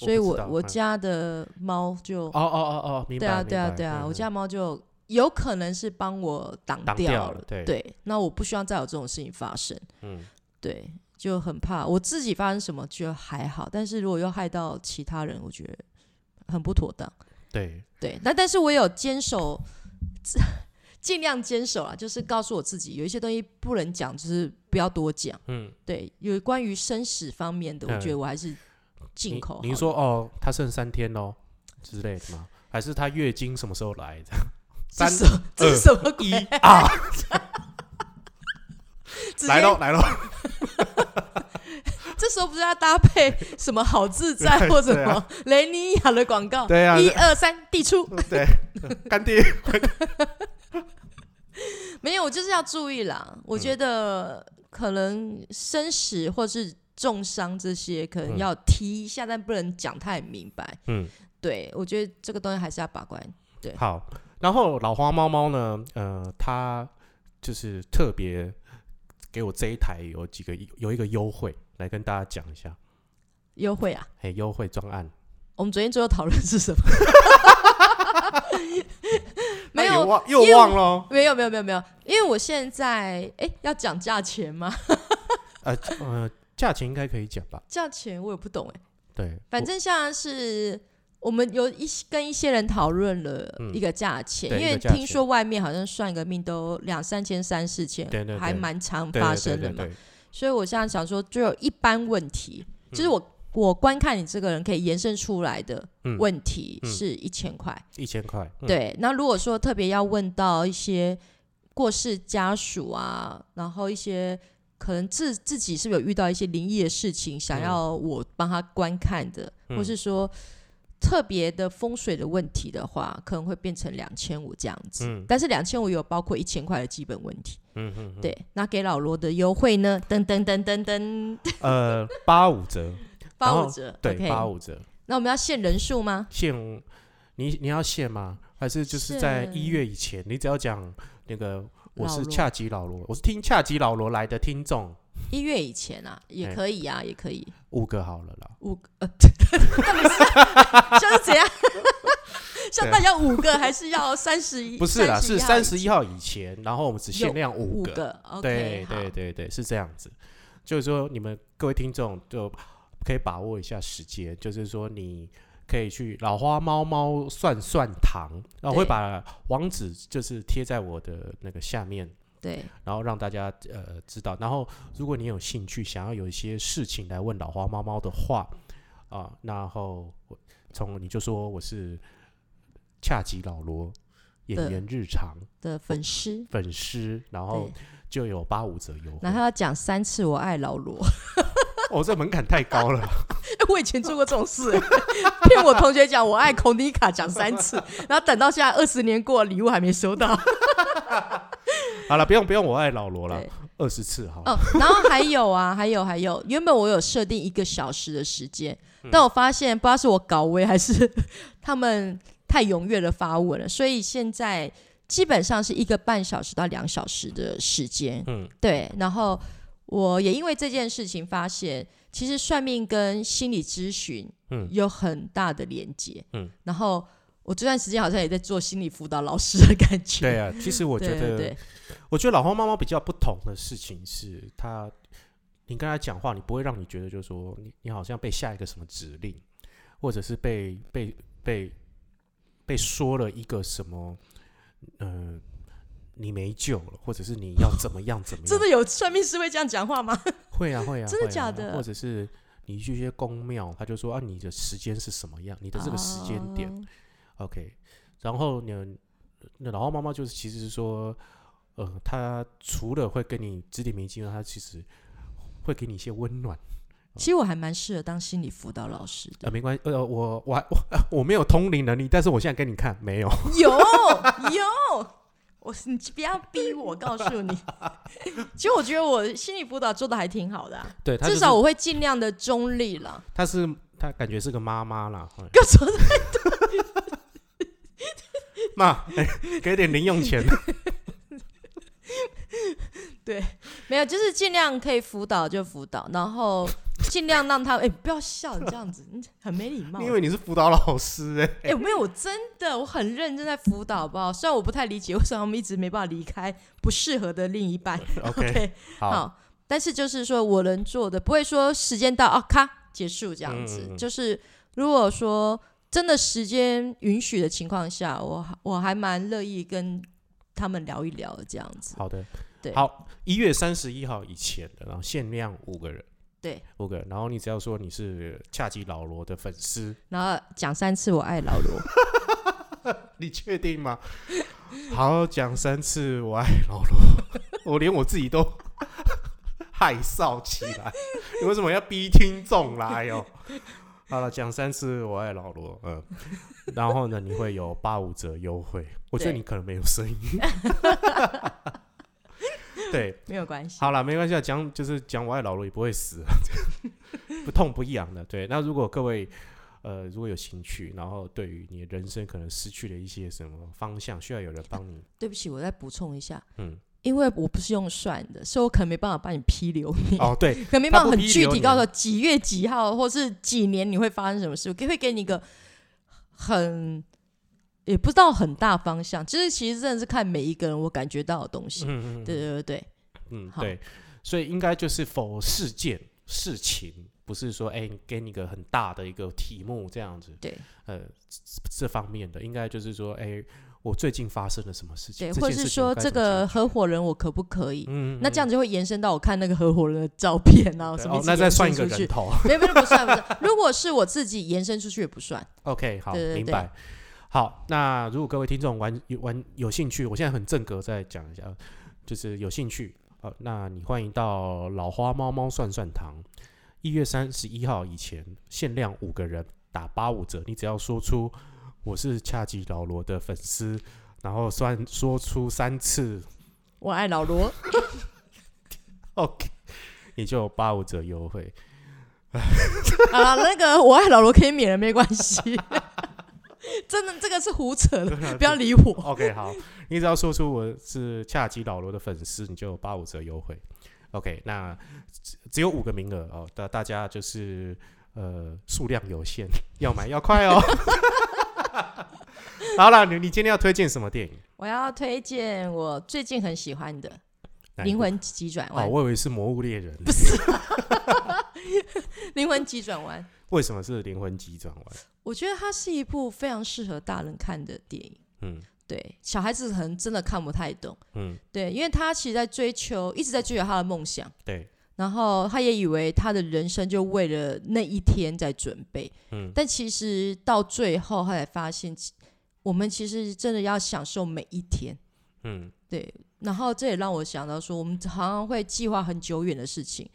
[SPEAKER 1] 我
[SPEAKER 2] 所以
[SPEAKER 1] 不知
[SPEAKER 2] 我
[SPEAKER 1] 道
[SPEAKER 2] 我
[SPEAKER 1] 嗯
[SPEAKER 2] 家的猫就，
[SPEAKER 1] 哦哦哦哦，明白。
[SPEAKER 2] 对啊
[SPEAKER 1] 明
[SPEAKER 2] 对啊
[SPEAKER 1] 白
[SPEAKER 2] 对啊，
[SPEAKER 1] 嗯
[SPEAKER 2] 我
[SPEAKER 1] 嗯
[SPEAKER 2] 家猫就有可能是帮我挡
[SPEAKER 1] 挡
[SPEAKER 2] 掉
[SPEAKER 1] 掉了对
[SPEAKER 2] 对，那我不希望再有这种事情发生，
[SPEAKER 1] 嗯
[SPEAKER 2] 对，就很怕我自己发生什么就还好，但是如果又害到其他人，我觉得很不妥当。
[SPEAKER 1] 对，
[SPEAKER 2] 对，那但是我有坚守， 尽量坚守啊，就是告诉我自己，有一些东西不能讲，就是不要多讲。
[SPEAKER 1] 嗯，
[SPEAKER 2] 对，有关于生死方面的，我觉得我还是进口好了。
[SPEAKER 1] 您说哦，她剩三天哦之类的吗？还是她月经什么时候来？这样
[SPEAKER 2] 这
[SPEAKER 1] 三
[SPEAKER 2] 是什么这是什么鬼？
[SPEAKER 1] 一啊，
[SPEAKER 2] 直
[SPEAKER 1] 来
[SPEAKER 2] 接
[SPEAKER 1] 喽来 喽，
[SPEAKER 2] 这时候不是要搭配什么好自在或者
[SPEAKER 1] 对啊
[SPEAKER 2] 什么雷尼雅的广告？
[SPEAKER 1] 对啊
[SPEAKER 2] 一二三，递出。
[SPEAKER 1] 对，干爹，
[SPEAKER 2] 没有，我就是要注意啦。我觉得可能生死或是重伤这些，可能
[SPEAKER 1] 嗯
[SPEAKER 2] 要提一下，但不能讲太明白。
[SPEAKER 1] 嗯，
[SPEAKER 2] 对，我觉得这个东西还是要把关。
[SPEAKER 1] 好，然后老花猫猫呢，呃，它就是特别给我这一台有几个有一个优惠，来跟大家讲一下，
[SPEAKER 2] 优惠啊！
[SPEAKER 1] 哎，优惠专案，
[SPEAKER 2] 我们昨天最后讨论 是什么？没
[SPEAKER 1] 那也
[SPEAKER 2] 有，
[SPEAKER 1] 忘啊又
[SPEAKER 2] 因为
[SPEAKER 1] 忘了，
[SPEAKER 2] 没有，没有，没有，没有，因为我现在哎，要讲价钱吗？
[SPEAKER 1] 呃呃，价钱应该可以讲吧？
[SPEAKER 2] 价钱我也不懂哎。
[SPEAKER 1] 对，
[SPEAKER 2] 反正像是我们有一些跟一些人讨论了
[SPEAKER 1] 嗯
[SPEAKER 2] 一个价钱，
[SPEAKER 1] 对
[SPEAKER 2] 因
[SPEAKER 1] 一
[SPEAKER 2] 为
[SPEAKER 1] 个价钱
[SPEAKER 2] 听说外面好像算个命都两三千、三四千，
[SPEAKER 1] 对对对
[SPEAKER 2] 还蛮常
[SPEAKER 1] 我对
[SPEAKER 2] 发
[SPEAKER 1] 对
[SPEAKER 2] 生的
[SPEAKER 1] 对
[SPEAKER 2] 嘛
[SPEAKER 1] 对。对
[SPEAKER 2] 所以我现在想说，就有一般问题，就是
[SPEAKER 1] 嗯
[SPEAKER 2] 我我观看你这个人可以延伸出来的
[SPEAKER 1] 嗯
[SPEAKER 2] 问题
[SPEAKER 1] 嗯
[SPEAKER 2] 是一千块，
[SPEAKER 1] 一千块，嗯，
[SPEAKER 2] 对，那如果说特别要问到一些过世家属啊，然后一些可能自自己是不是有遇到一些灵异的事情，想
[SPEAKER 1] 嗯
[SPEAKER 2] 要我帮他观看的，或
[SPEAKER 1] 嗯
[SPEAKER 2] 是说特别的风水的问题的话，可能会变成两千五这样子。
[SPEAKER 1] 嗯
[SPEAKER 2] 但是两千五有包括一千块的基本问题，
[SPEAKER 1] 嗯嗯，嗯，
[SPEAKER 2] 对。那给老罗的优惠呢？噔噔噔噔噔，
[SPEAKER 1] 呃，八五折，
[SPEAKER 2] 八
[SPEAKER 1] 然
[SPEAKER 2] 五
[SPEAKER 1] 后
[SPEAKER 2] 折。
[SPEAKER 1] 哦对，
[SPEAKER 2] OK
[SPEAKER 1] 八。五折，
[SPEAKER 2] 那我们要限人数吗？
[SPEAKER 1] 限你你要限吗？还是就是在
[SPEAKER 2] 限
[SPEAKER 1] 一月以前？你只要讲那个我
[SPEAKER 2] 老
[SPEAKER 1] 是
[SPEAKER 2] 罗
[SPEAKER 1] 恰吉老罗，我是听恰吉老罗来的听众，
[SPEAKER 2] 一月以前啊，也
[SPEAKER 1] 哎
[SPEAKER 2] 可以啊，也可以。
[SPEAKER 1] 五个好了啦。
[SPEAKER 2] 五个，呃，到底是像是 怎样？像大家五个还是要三十一？
[SPEAKER 1] 不是啦，
[SPEAKER 2] 31
[SPEAKER 1] 是
[SPEAKER 2] 号
[SPEAKER 1] 三十一号以前，然后我们只限量
[SPEAKER 2] 五
[SPEAKER 1] 五个。
[SPEAKER 2] 个，OK，
[SPEAKER 1] 对
[SPEAKER 2] 好
[SPEAKER 1] 对对对，是这样子。就是说，你们各位听众就可以把握一下时间，就是说你可以去老花猫猫算算堂，然后我会
[SPEAKER 2] 对
[SPEAKER 1] 把网址就是贴在我的那个下面
[SPEAKER 2] 对
[SPEAKER 1] 然后让大家呃知道。然后，如果你有兴趣，想要有一些事情来问老花猫猫的话，啊、然后我从你就说我是恰吉老罗演
[SPEAKER 2] 对
[SPEAKER 1] 员日常
[SPEAKER 2] 的粉丝，
[SPEAKER 1] 粉丝，然后
[SPEAKER 2] 对，
[SPEAKER 1] 就有八五折优惠
[SPEAKER 2] 然。后要讲三次我爱老罗，
[SPEAKER 1] 哦，这门槛太高了。
[SPEAKER 2] 我以前做过这种事、 欸，骗我同学讲我爱孔尼卡讲三次，然后等到现在二十年过，礼物还没收到。
[SPEAKER 1] 好了，不用不用，我爱老罗了
[SPEAKER 2] 对，
[SPEAKER 1] 二十次好了。
[SPEAKER 2] 哦，然后还有啊， 还有还有，原本我有设定一个小时的时间，
[SPEAKER 1] 嗯
[SPEAKER 2] 但我发现不知道是我搞微还是 他们太踊跃的发文了，所以现在基本上是一个半小时到两小时的时间。
[SPEAKER 1] 嗯，
[SPEAKER 2] 对，然后我也因为这件事情发现，其实算命跟心理咨询
[SPEAKER 1] 嗯
[SPEAKER 2] 有很大的连接。
[SPEAKER 1] 嗯，
[SPEAKER 2] 然后我这段时间好像也在做心理辅导老师的感觉。
[SPEAKER 1] 对啊，其实我觉
[SPEAKER 2] 对对
[SPEAKER 1] 得，嗯
[SPEAKER 2] 对
[SPEAKER 1] 我觉得老花猫猫比较不同的事情是，它你跟它讲话，你不会让你觉得就是说你你好像被下一个什么指令，或者是被被被被说了一个什么，嗯、你没救了，或者是你要怎么样怎么样？
[SPEAKER 2] 真的有算命师会这样讲话吗？
[SPEAKER 1] 会啊会啊，
[SPEAKER 2] 真的
[SPEAKER 1] 会啊
[SPEAKER 2] 假的
[SPEAKER 1] 或者是你去一些宫庙，他就说啊，你的时间是什么样？你的这个时间点、嗯
[SPEAKER 2] 哦
[SPEAKER 1] o k 然后呢，那老花猫猫就是其实是说，呃，它除了会跟你指点迷津，它其实会给你一些温暖。
[SPEAKER 2] 其实我还蛮适合当心理辅导老师
[SPEAKER 1] 呃，
[SPEAKER 2] 的。
[SPEAKER 1] 没关系，呃，我我还 我我没有通灵能力，但是我现在跟你看没有。
[SPEAKER 2] 有有， 我你不要逼我，告诉你。 其实我觉得我心理辅导做的还挺好的啊、
[SPEAKER 1] 对，它
[SPEAKER 2] 至
[SPEAKER 1] 就是
[SPEAKER 2] 少我会尽量的中立了。
[SPEAKER 1] 它是它感觉是个妈妈啦， 哎
[SPEAKER 2] 干什么？
[SPEAKER 1] 妈、哎给点零用 钱。
[SPEAKER 2] 没有，就是尽量可以辅导就辅导，然后尽量让他哎、不要笑你这样子，你很没礼貌。
[SPEAKER 1] 你以为你是辅导老师 哎、
[SPEAKER 2] 哎、没有，我真的我很认真在辅导，好不好？虽然我不太理解为什么他们一直没办法离开不适合的另一半。
[SPEAKER 1] o k
[SPEAKER 2] OK，
[SPEAKER 1] 好，
[SPEAKER 2] 好，但是就是说我能做的，不会说时间到哦，咔结束这样子。
[SPEAKER 1] 嗯嗯嗯
[SPEAKER 2] 就是如果说真的时间允许的情况下，我我还蛮乐意跟他们聊一聊这样子。
[SPEAKER 1] 好的，
[SPEAKER 2] 对
[SPEAKER 1] 好，一月三十一号以前的，然后限量五个人，
[SPEAKER 2] 对，
[SPEAKER 1] 五个人，然后你只要说你是恰吉老罗的粉丝，
[SPEAKER 2] 然后讲三次我爱老罗，
[SPEAKER 1] 你确定吗？好，讲三次我爱老罗，我连我自己都 害臊起来。你为什么要逼听众来哦？好了，讲三次我爱老罗，嗯，然后呢，你会有八五折优惠。我觉得
[SPEAKER 2] 对
[SPEAKER 1] 你可能没有声 音。对，
[SPEAKER 2] 没有关系。
[SPEAKER 1] 好了，没关系，啊，讲就是讲我爱老罗也不会死，啊 不痛不痒的。对，那如果各位呃如果有兴趣，然后对于你的人生可能失去了一些什么方向，需要有人帮 你，
[SPEAKER 2] 对不起，我再补充一下，
[SPEAKER 1] 嗯，
[SPEAKER 2] 因为我不是用算的，所以我可能没办法帮你批流年，
[SPEAKER 1] 哦 对，
[SPEAKER 2] 可能没办
[SPEAKER 1] 他
[SPEAKER 2] 法
[SPEAKER 1] 不
[SPEAKER 2] 很
[SPEAKER 1] 批
[SPEAKER 2] 具
[SPEAKER 1] 流
[SPEAKER 2] 体
[SPEAKER 1] 年
[SPEAKER 2] 告诉我几月几号，或是几年你会发生什么事，我会给你一个很也不知道很大方向，就是其实真的是看每一个人我感觉到的东西。
[SPEAKER 1] 嗯嗯
[SPEAKER 2] 对对对对，
[SPEAKER 1] 嗯
[SPEAKER 2] 好
[SPEAKER 1] 对，所以应该就是否事件事情，不是说哎、给你一个很大的一个题目这样子，
[SPEAKER 2] 对
[SPEAKER 1] 呃这这方面的，应该就是说哎、我最近发生了什么事情，
[SPEAKER 2] 对，
[SPEAKER 1] 这
[SPEAKER 2] 或
[SPEAKER 1] 件
[SPEAKER 2] 是
[SPEAKER 1] 事情我
[SPEAKER 2] 说
[SPEAKER 1] 该
[SPEAKER 2] 这
[SPEAKER 1] 怎么
[SPEAKER 2] 个
[SPEAKER 1] 解决
[SPEAKER 2] 合伙人我可不可以？
[SPEAKER 1] 嗯
[SPEAKER 2] 那这样
[SPEAKER 1] 子
[SPEAKER 2] 就会延伸到我看那个合伙人的照片啊，什么、
[SPEAKER 1] 哦，那再算一个人，头。
[SPEAKER 2] 没有没有不算不算，如果是我自己延伸出去也不算。
[SPEAKER 1] OK，好，
[SPEAKER 2] 对对
[SPEAKER 1] 明
[SPEAKER 2] 对
[SPEAKER 1] 白。好，那如果各位听众玩有玩有兴趣，我现在很正格再讲一下，呃就是有兴趣，呃，那你欢迎到老花猫猫算算堂，一月三十一号以前限量五个人打八五折，你只要说出我是恰吉老罗的粉丝，然后算说出三次
[SPEAKER 2] 我爱老罗，
[SPEAKER 1] OK，你就有八五折优惠。
[SPEAKER 2] 好了，那个我爱老罗可以免了，没关系。 真的，这个是胡扯的，
[SPEAKER 1] 啊
[SPEAKER 2] 不要理我。
[SPEAKER 1] OK，好，你只要说出我是恰吉老罗的粉丝，你就有八五折优惠。OK，那只只有五个名额哦，大大家就是呃数量有限，要买要快哦。 好啦，你你今天要推荐什么电影？
[SPEAKER 2] 我要推荐我最近很喜欢的
[SPEAKER 1] 哪
[SPEAKER 2] 《
[SPEAKER 1] 一部
[SPEAKER 2] 灵魂急转弯
[SPEAKER 1] 哦，》，我以为是《魔物猎人》，
[SPEAKER 2] 不是啊《灵魂急转弯》。
[SPEAKER 1] 为什么是灵魂急转弯？
[SPEAKER 2] 我觉得它是一部非常适合大人看的电影。
[SPEAKER 1] 嗯
[SPEAKER 2] 对，小孩子可能真的看不太懂。
[SPEAKER 1] 嗯，
[SPEAKER 2] 对，因为他其实在追求，一直在追求他的梦想，
[SPEAKER 1] 对，
[SPEAKER 2] 然后他也以为他的人生就为了那一天在准备。
[SPEAKER 1] 嗯
[SPEAKER 2] 但其实到最后，他才发现，其我们其实真的要享受每一天。
[SPEAKER 1] 嗯，
[SPEAKER 2] 对，然后这也让我想到说，我们常常会计划很久远的事情，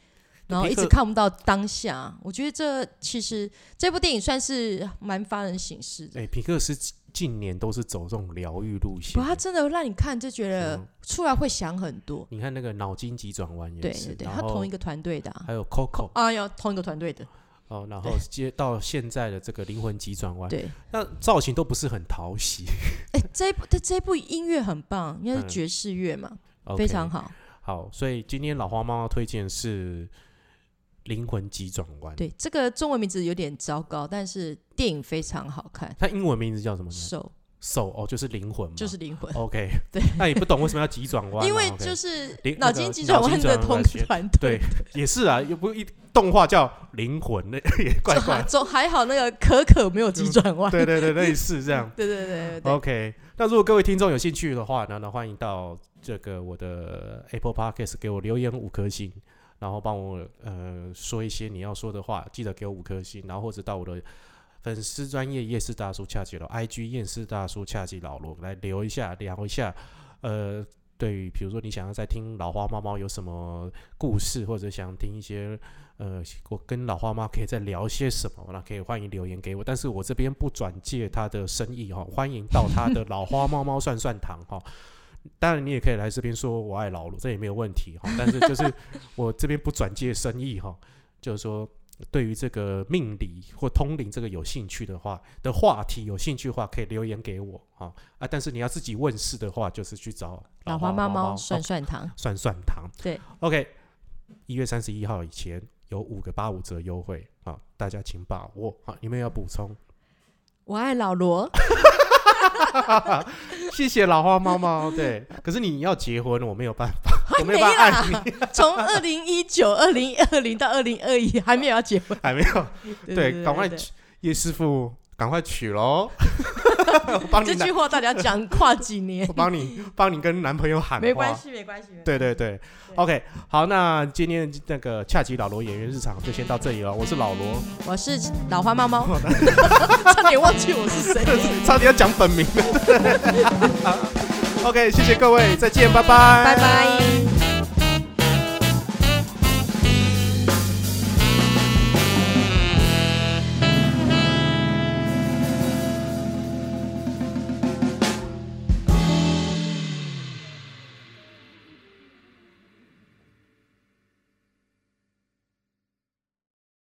[SPEAKER 2] 然后
[SPEAKER 1] 皮
[SPEAKER 2] 一
[SPEAKER 1] 克
[SPEAKER 2] 直看不到当下。我觉得这其实这部电影算是蛮发人省思的。
[SPEAKER 1] 哎、皮克斯近近年都是走这种疗愈路线
[SPEAKER 2] 不，他。真的让你看就觉
[SPEAKER 1] 是
[SPEAKER 2] 得
[SPEAKER 1] 吗
[SPEAKER 2] 出来会想很多。
[SPEAKER 1] 你看那个脑筋急转弯也
[SPEAKER 2] 对
[SPEAKER 1] 是，
[SPEAKER 2] 对对，
[SPEAKER 1] 然
[SPEAKER 2] 他
[SPEAKER 1] 后
[SPEAKER 2] 同一个团队的、啊，
[SPEAKER 1] 还有 Coco，
[SPEAKER 2] 啊，要同一个团队的，
[SPEAKER 1] 哦，然后
[SPEAKER 2] 对
[SPEAKER 1] 接到现在的这个灵魂急转弯，
[SPEAKER 2] 对。
[SPEAKER 1] 那造型都不是很讨喜，
[SPEAKER 2] 哎，这一部这这部音乐很棒，因
[SPEAKER 1] 嗯
[SPEAKER 2] 为是爵士乐嘛，
[SPEAKER 1] OK，嗯
[SPEAKER 2] 非常好。
[SPEAKER 1] 好。所以今天老花猫要推荐是《灵魂急转弯》，，
[SPEAKER 2] 对，这个中文名字有点糟糕，但是电影非常好看。
[SPEAKER 1] 它英文名字叫什么呢？
[SPEAKER 2] 手
[SPEAKER 1] 手哦，就是灵魂嘛，
[SPEAKER 2] 就是灵魂，
[SPEAKER 1] OK。
[SPEAKER 2] 对，
[SPEAKER 1] 那你不懂为什么要急转弯啊？
[SPEAKER 2] 因为
[SPEAKER 1] 哦 OK
[SPEAKER 2] 就是
[SPEAKER 1] 灵那
[SPEAKER 2] 脑
[SPEAKER 1] 个
[SPEAKER 2] 筋急
[SPEAKER 1] 脑
[SPEAKER 2] 转
[SPEAKER 1] 筋
[SPEAKER 2] 弯
[SPEAKER 1] 转
[SPEAKER 2] 的
[SPEAKER 1] 弯
[SPEAKER 2] 同
[SPEAKER 1] 来学
[SPEAKER 2] 团
[SPEAKER 1] 对
[SPEAKER 2] 队，
[SPEAKER 1] 也是啊，又不一动画叫灵魂，那 也怪
[SPEAKER 2] 就
[SPEAKER 1] 怪
[SPEAKER 2] 还。 总还好那个可可没有急转弯。
[SPEAKER 1] 对对对，类似这样。
[SPEAKER 2] 对对对对对
[SPEAKER 1] OK，那如果各位听众有兴趣的话呢，那欢迎到这个我的 Apple Podcast 给我留言五颗星，然后帮我呃说一些你要说的话，记得给我五颗星，然后或者到我的粉丝专业夜市大叔恰吉老 IG 夜市大叔恰吉老罗来留一下聊一下，呃。对于，比如说你想要再听老花猫猫有什么故事，或者想听一些呃，我跟老花妈可以再聊些什么？那可以欢迎留言给我，但是我这边不转介她的生意哈、哦，欢迎到她的老花猫猫算算堂哈、哦。当然，你也可以来这边说我爱老鲁，这也没有问题哈、但是就是我这边不转介生意哈、就是说对于这个命理或通灵这个有兴趣的话的话题有兴趣的话，可以留言给我哈、啊。但是你要自己问事的话，就是去找
[SPEAKER 2] 老
[SPEAKER 1] 花
[SPEAKER 2] 花
[SPEAKER 1] 猫哦
[SPEAKER 2] 猫猫
[SPEAKER 1] 算
[SPEAKER 2] 算算糖，
[SPEAKER 1] 算算堂。
[SPEAKER 2] 对
[SPEAKER 1] ，OK，一月三十一号以前有五个八五折优惠啊，好大家请把握啊！你们有要补充？
[SPEAKER 2] 我爱老罗，
[SPEAKER 1] 哦 谢谢老花猫猫。对，可是你要结婚，我没有办法。我
[SPEAKER 2] 还
[SPEAKER 1] 没有啊办法爱
[SPEAKER 2] 啦， 从二零一九、二零二零到二零二一还没有要结婚，
[SPEAKER 1] 还没有， 对，赶快
[SPEAKER 2] 对
[SPEAKER 1] 娶叶师傅，赶快娶 喽！我帮你
[SPEAKER 2] 这
[SPEAKER 1] 拿，
[SPEAKER 2] 句话到底要讲跨几年
[SPEAKER 1] 我？帮你，帮你跟男朋友喊话。
[SPEAKER 2] 没关系，没关系。没关系
[SPEAKER 1] 对对对 o k 好，那今天那个恰吉老罗演员日常就先到这里了。我是老罗，
[SPEAKER 2] 我是老花猫猫， 差点忘记我是谁。
[SPEAKER 1] 差点要讲本名了。OK，谢谢各位，再见，拜拜，
[SPEAKER 2] 拜拜。